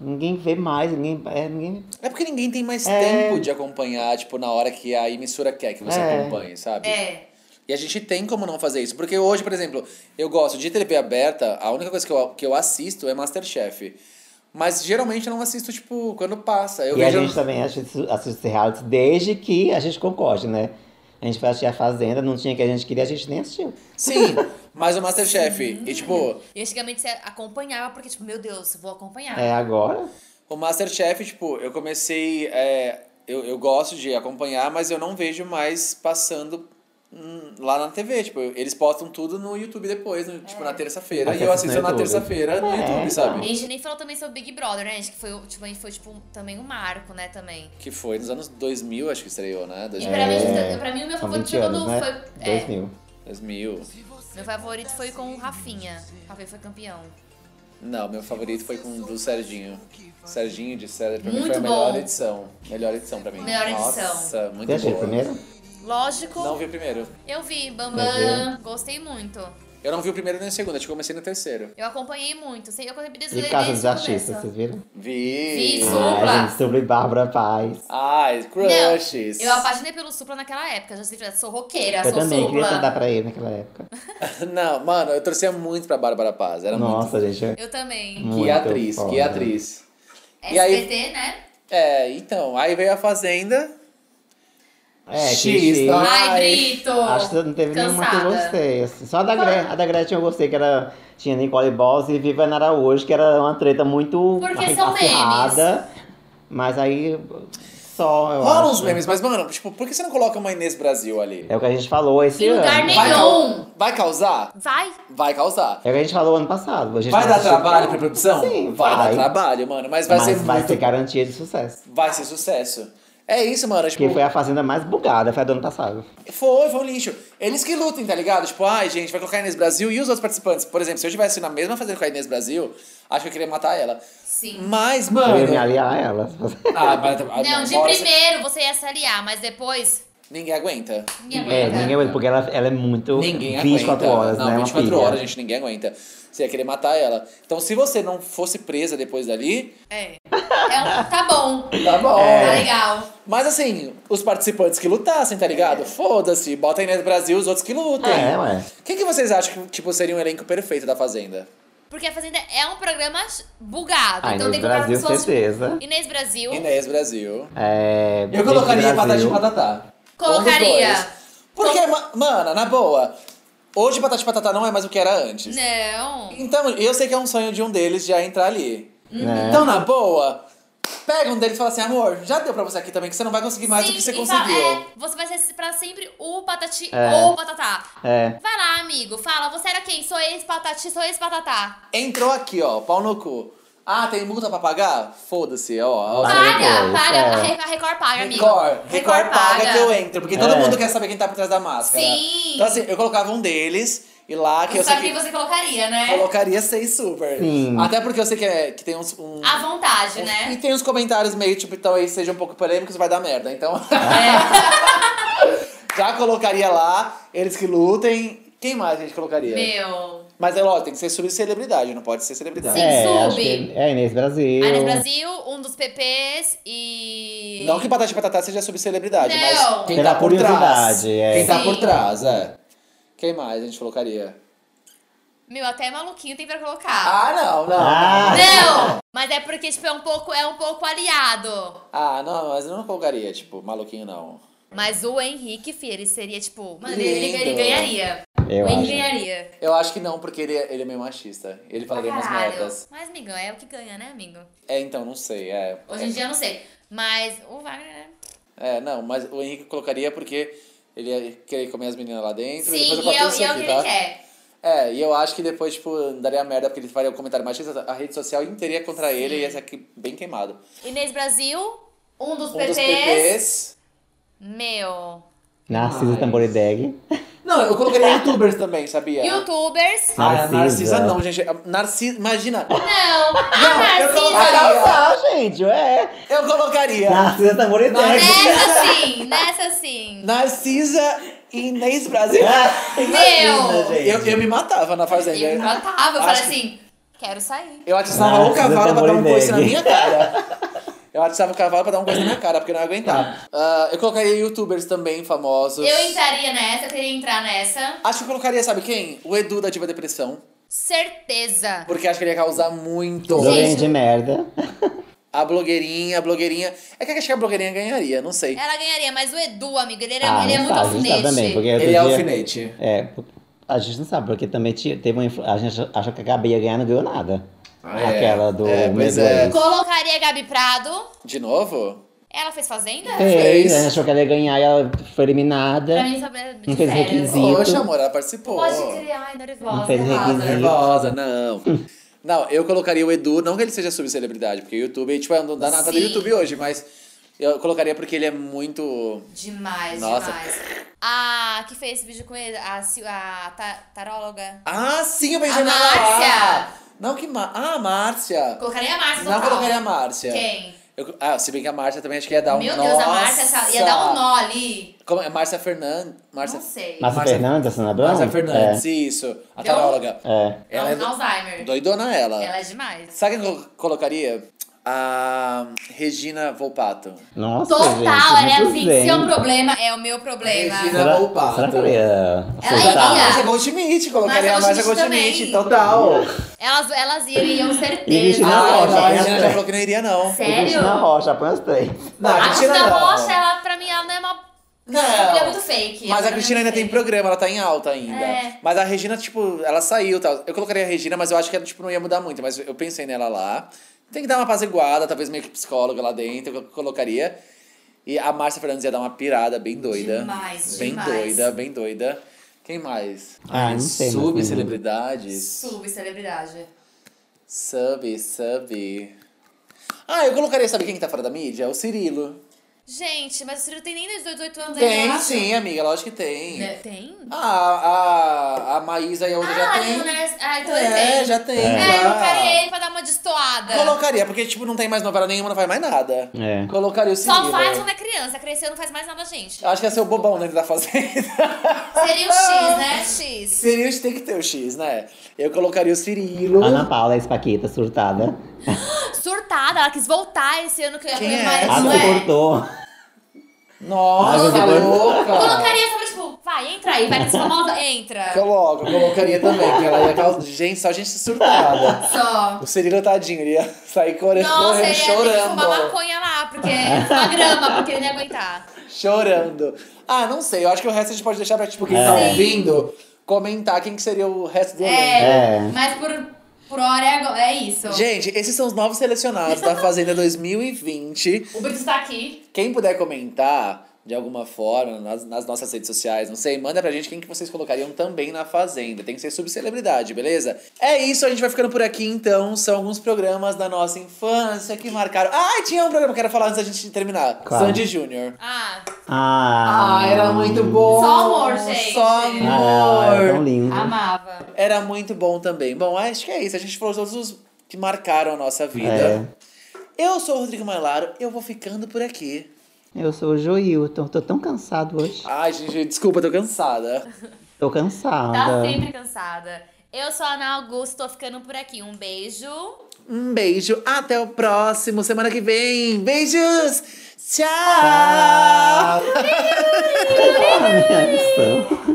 Ninguém vê mais, ninguém. É, ninguém...
É porque ninguém tem mais
É.
tempo de acompanhar, tipo, na hora que a emissora quer que você
É.
acompanhe, sabe?
É.
E a gente tem como não fazer isso. Porque hoje, por exemplo, eu gosto de TV aberta, a única coisa que eu, que eu assisto é Masterchef. Mas geralmente eu não assisto, tipo, quando passa. Eu
e a
vejo.
gente tá também assiste, assiste reality desde que a gente concorde, né? A gente vai assistir a Fazenda, não tinha que a gente queria, a gente nem assistiu.
Sim, mas o Masterchef. E tipo,
E antigamente você acompanhava, porque, tipo, meu Deus, vou acompanhar.
É agora?
o Masterchef, tipo, eu comecei. é, eu, eu gosto de acompanhar, mas eu não vejo mais passando hum, lá na TV. Tipo, eles postam tudo no YouTube depois, no- tipo, na terça-feira. E eu
Assiste no
assisto na
YouTube.
terça-feira no
É,
YouTube, sabe?
É. E a gente nem falou também sobre Big Brother, né, gente? Que foi, o- tipo, a gente foi, tipo, um- também um marco, né, também.
Que foi nos anos 2000, acho que estreou, né?
E
2000.
pra, mim, pra mim, o meu
É. São
favorito
20
foi quando
anos, né?
foi... é,
2000.
2000.
meu favorito foi com o Rafinha. O Rafinha foi campeão.
Não, meu favorito foi com o do Serginho. Serginho de César, pra mim foi
Muito
a melhor
bom.
edição. Melhor edição pra mim.
Melhor
Nossa,
edição.
muito
Você assistiu
boa.
primeiro?
Lógico,
Não vi o primeiro.
eu vi
Quer
Bambam, gostei muito.
Eu não vi o primeiro nem o segundo, acho que eu comecei no terceiro.
Eu acompanhei muito, sei, eu acompanhei desde,
E
desde
Casa dos
o
Artistas,
começo.
vocês viram?
Vi!
Vi,
Ai,
Supla.
gente, sobre Bárbara Paz.
Ai, crushes!
Eu apaixonei pelo Supla naquela época, já sei, sou roqueira,
eu
sou
também queria cantar
Supla.
pra ele naquela época.
Não, mano, eu torcia muito pra Bárbara Paz. Era
Nossa, gente. eu-
Eu também.
muito. Que
muito
atriz, que
foda.
atriz. E aí-
SBT, né?
É, então, aí veio a Fazenda.
É, que
X,
X.
tá?
Ai,
Ai,
Brito!
Acho que não teve nenhuma que eu
Cansada.
gostei. assim. Só a da Gretchen. A da Gretchen eu gostei, que era. Tinha Nicole Boss e Viviane Araújo, que era uma treta muito
Porque são
acirrada. Mas aí só. Eu
Rola
acho.
uns memes, mas, mano, tipo, por que você não coloca uma Inês Brasil ali?
É o que a gente falou esse
Em
ano.
lugar nenhum.
Vai,
Não.
cau- vai causar?
Vai!
Vai causar.
É o que a gente falou ano passado. A gente
Vai
não
dar
assistiu.
trabalho pra produção?
Sim,
vai.
vai.
dar trabalho, mano. Mas vai
mas
ser
vai
muito
ser garantia de sucesso.
Vai ser sucesso. É isso, mano. Tipo,
Porque
foi,
foi a fazenda mais bugada, foi a do ano passado.
foi, um lixo. Eles que lutem, tá ligado? Tipo, ai, gente, vai colocar a Inês Brasil e os outros participantes. Por exemplo, se eu tivesse na mesma fazenda com a Inês Brasil, acho que eu queria matar ela.
Sim.
Mas,
Eu ia me
mano.
aliar a ela.
Ah, mas, ah,
Não, de
bora-
primeiro você ia se aliar, mas depois.
Ninguém aguenta.
Ninguém
É,
aguenta.
ninguém aguenta, porque ela, ela é muito
Ninguém aguenta.
24 horas,
não,
né?
24
uma pilha.
horas, gente, ninguém aguenta. Você ia querer matar ela. Então, se você não fosse presa depois dali,
É. É um- Tá bom.
tá
É.
bom.
Tá legal.
Mas assim, os participantes que lutassem, tá ligado? Foda-se, bota a Inês Brasil os outros que lutem.
É, ué.
Quem que vocês acham que tipo, seria um elenco perfeito da Fazenda?
Porque a Fazenda é um programa ch- bugado.
Ah,
então tem
Inês
que colocar
Brasil,
pessoas.
certeza.
Inês Brasil.
Inês Brasil.
É,
Eu
Gente
colocaria
Brasil.
Patati e Patatá.
Colocaria.
Um dos dois. Porque, ma- mana, na boa, hoje Patati e Patatá não é mais o que era antes.
Não.
Então, eu sei que é um sonho de um deles já entrar ali.
É.
Né?
Então, na boa, pega um deles e fala assim, amor, já deu pra você aqui também, que você não vai conseguir mais do
Sim,
que você
e fala-
conseguiu.
é, você vai ser pra sempre o Patati
É.
ou o Patatá.
É.
Vai lá, amigo. Fala, você era quem? Sou ex-Patati, sou ex-Patatá.
Entrou aqui, ó, pau no cu. Ah, tem multa pra pagar? Foda-se, ó. ó
Paga
Paga,
depois,
paga.
é.
A Re- A Record paga, amigo.
Record, Record paga que eu entro, porque todo
É.
mundo quer saber quem tá por trás da máscara.
Sim.
Então assim, eu colocava um deles e lá que eu
Só
sei
que,
que
você colocaria, né?
colocaria seis super.
Sim.
Até porque eu sei que, é, que tem uns. Um,
À
E
vontade, Ah, né?
tem uns comentários meio tipo, então aí seja um pouco polêmicos, vai dar merda. Então.
É,
Já colocaria lá, eles que lutem. Quem mais a gente colocaria?
Meu.
Mas é lógico, tem que ser subcelebridade, não pode ser celebridade.
Sim.
é,
sub.
acho que é Inês Brasil.
Ares Brasil, um dos PPs e.
Não que Batata e Patatá seja subcelebridade, mas
Não.
quem
Pela
tá por trás.
curiosidade, é.
Quem tá por
Sim.
trás, é. Quem mais a gente colocaria?
Meu, até maluquinho tem pra colocar.
Ah, não, não.
Ah.
Não! Mas é porque, tipo, é um pouco, é um pouco aliado.
Ah, não, mas eu não colocaria, tipo, maluquinho não.
Mas o Henrique, filho, ele seria, tipo. Mano, ele,
Lindo.
ele- ele ganharia.
Eu
o Henrique
acho.
ganharia.
Eu acho que não, porque ele, é- ele é meio machista. Ele falaria umas
Caralho.
merdas.
Mas, amigão, é o que ganha, né, amigo?
É, então, não sei, é.
Hoje em dia eu não sei. Mas o Wagner. né?
É, não, mas o Henrique colocaria porque ele ia querer comer as meninas lá dentro.
Sim,
depois eu corto
e é, o-
isso
e é o
aqui,
que
tá?
ele quer.
É, e eu acho que depois, tipo, daria merda porque ele faria o comentário machista, a rede social inteira ia contra ele e ia ser aqui bem queimado.
Inês Brasil, um dos
Um dos
PPs.
PPs.
Meu.
Narciso Tamborideg.
Não, eu colocaria youtubers também, sabia?
Youtubers.
Ah, Narcisa.
Narcisa.
não, gente. Narcisa, imagina.
Não,
Não, eu
a
colocaria-
Narcisa.
Casar, Ah, gente, é.
Eu colocaria
Narcisa tá
Narcisa.
moretando.
Nessa sim, nessa sim.
Narcisa e Inês Brasil.
é.
Ah,
Meu!
Eu, eu me matava na fazenda.
E eu me matava, eu falei
Acho
assim, quero sair.
Eu atiçava
Ah,
o cavalo
precisa
pra dar um
ter
coice na minha
Morineg.
cara. Eu atiçava o cavalo pra dar um coice na minha cara, porque eu não aguentava. Ah, eu colocaria youtubers também famosos.
Eu entraria nessa, eu queria entrar nessa.
Acho que eu colocaria, sabe quem? O Edu da Diva Depressão.
Certeza.
Porque acho que ele ia causar muito.
Joguinho de merda.
A blogueirinha, a blogueirinha. É que acho que a blogueirinha ganharia, não
É,
sei.
Ela ganharia, mas o Edu, amigo, ele, era,
Ah,
ele é
não
muito
sabe, não sabe
alfinete.
também, porque outro
Ele é
dia-
alfinete.
É, a gente não sabe, porque também tinha- teve uma influ... A gente achou que a Gabi ia ganhar não ganhou nada.
Ah, é.
Aquela do
É,
Medo
pois
do
é.
Ex.
Colocaria a Gabi Prado.
De novo?
Ela fez Fazenda?
Fez,
é Fez.
É, a gente achou que ela ia ganhar e ela foi
Pra
eliminada.
mim, saber de
Não fez
férias.
requisito. Zito.
Poxa, amor, ela participou.
Pode crer, ai, nervosa.
Não fez
errada.
requisito.
Tá Nervosa, não. Não, eu colocaria o Edu, não que ele seja subcelebridade, porque o YouTube, tipo, é um danado do
Sim.
YouTube hoje, mas eu colocaria porque ele é muito.
Demais,
Nossa.
demais. A que fez vídeo com ele, a, Sil- a ta- taróloga.
Ah, sim, eu beijei
A
na
Márcia!
Não, que. Ma... Ah, a Márcia!
Colocaria a Márcia
Não
total.
colocaria a Márcia.
Quem?
Eu- Ah, se bem que a Márcia também acho que ia dar um.
Meu Deus, a Márcia essa- ia dar um
Nossa!
nó ali.
Como é? Márcia Fernandes. Márcia,
Não sei.
Márcia
Márcia-
Fernandes, a Sandra Blanc?
Márcia Fernandes, isso. A
Então-
taróloga.
É. é.
Ela
Ela
é
um Alzheimer.
doidona ela.
Ela é demais.
Sabe quem eu colocaria? A Regina Volpato.
Nossa, gente.
Total, ela é
muito
assim.
zen.
Seu problema é o o meu problema.
Regina-
Será,
é Opa. então.
será que ela ia
Ela
A
é ia.
aceitar?
Márcia Goldschmidt, colocaria é a
Márcia
Márcia
Goldschmidt
Goldschmidt,
também.
total.
Elas, elas iriam, certeza.
E Regina
Ah, não,
Rocha,
a
né?
Regina já falou que não iria, não.
E
Sério?
Cristina Rocha, põe as três.
Não,
A Cristina
não.
Rocha, ela, pra mim, ela não tá é uma...
Não.
Ela é muito fake.
Mas
ela
a
é
Cristina
muito
ainda tem
fake.
programa, ela tá em alta ainda.
É.
Mas a Regina, tipo, ela saiu e tal. Eu colocaria a Regina, mas eu acho que ela, tipo, não ia mudar muito. Mas eu pensei nela lá. Tem que dar uma apaziguada, talvez meio que psicóloga lá dentro, eu colocaria. E a Márcia Fernandes ia dar uma pirada bem doida.
Demais,
Bem
demais.
doida, bem doida. Quem mais?
Ah, não
né,
sei, mas-
Subcelebridades.
Sub-celebridade.
Sub, sub. Ah, eu colocaria, sabe quem que tá fora da mídia? O Cirilo.
Gente, mas o Ciro tem nem 18 anos ainda, eu
Tem,
acho.
sim, amiga, lógico que tem.
Né? Tem?
Ah, a, a Maísa e a outra já
ah,
tem.
Né? ah, então ele
É,
tem.
já tem.
É, eu
tá.
colocaria ele pra dar uma destoada.
Colocaria, porque, tipo, não tem mais novela nenhuma, não faz mais nada.
É.
Colocaria o Cirilo.
Só faz quando é criança. Cresceu, não faz mais nada, gente.
Acho que tá ia ser o bobão dentro da fazenda.
Seria o X, né? X.
Cirilo tem que ter o X, né? Eu colocaria o Cirilo.
Ana Paula, espaquita, surtada.
Surtada, ela quis voltar esse ano que eu ia
Quem
comer
é
mais.
essa?
Ah,
Não
se
é?
cortou.
Nossa,
Ah, você
louca!
Colocaria, sabe, tipo, vai, entra aí, vai que sua malda entra.
Coloca, colocaria também, que ela ia causar. Gente, só gente surtada.
Só.
O Cirilo, tadinho, ele ia sair correndo,
Nossa,
correndo
ele ia ter que fumar
chorando.
maconha lá, porque uma grama, porque ele não ia aguentar.
Chorando. Ah, não sei. Eu acho que o resto a gente pode deixar pra, tipo, quem tá
É.
ouvindo comentar quem que seria o resto do elenco.
É,
É.
mas por, por hora é, agora- é isso.
Gente, esses são os novos selecionados da Fazenda 2020.
O Brito tá aqui.
Quem puder comentar de alguma forma nas, nas nossas redes sociais, não sei, manda pra gente quem que vocês colocariam também na Fazenda. Tem que ser subcelebridade, beleza? É isso, a gente vai ficando por aqui então. São alguns programas da nossa infância que marcaram. Ah, tinha um programa que eu quero falar antes da gente terminar:
Qual?
Sandy Júnior.
Ah,
Ah,
bom!
Só amor, gente.
Só
Ah, era tão
amor!
lindo.
amava.
É, então- Era muito bom também. Bom, acho que é isso. A gente falou todos os que marcaram a nossa vida.
É.
Eu sou o Rodrigo Mailaro, eu vou ficando por aqui.
Eu sou o Joilton, tô tão cansado hoje.
Ai, gente, desculpa, tô cansada.
Tô cansada.
Tá sempre cansada. Eu sou a Ana Augusto, tô ficando por aqui. Um beijo.
Um beijo, até o próximo, semana que vem. Beijos! Tchau!
Ah, minha missão.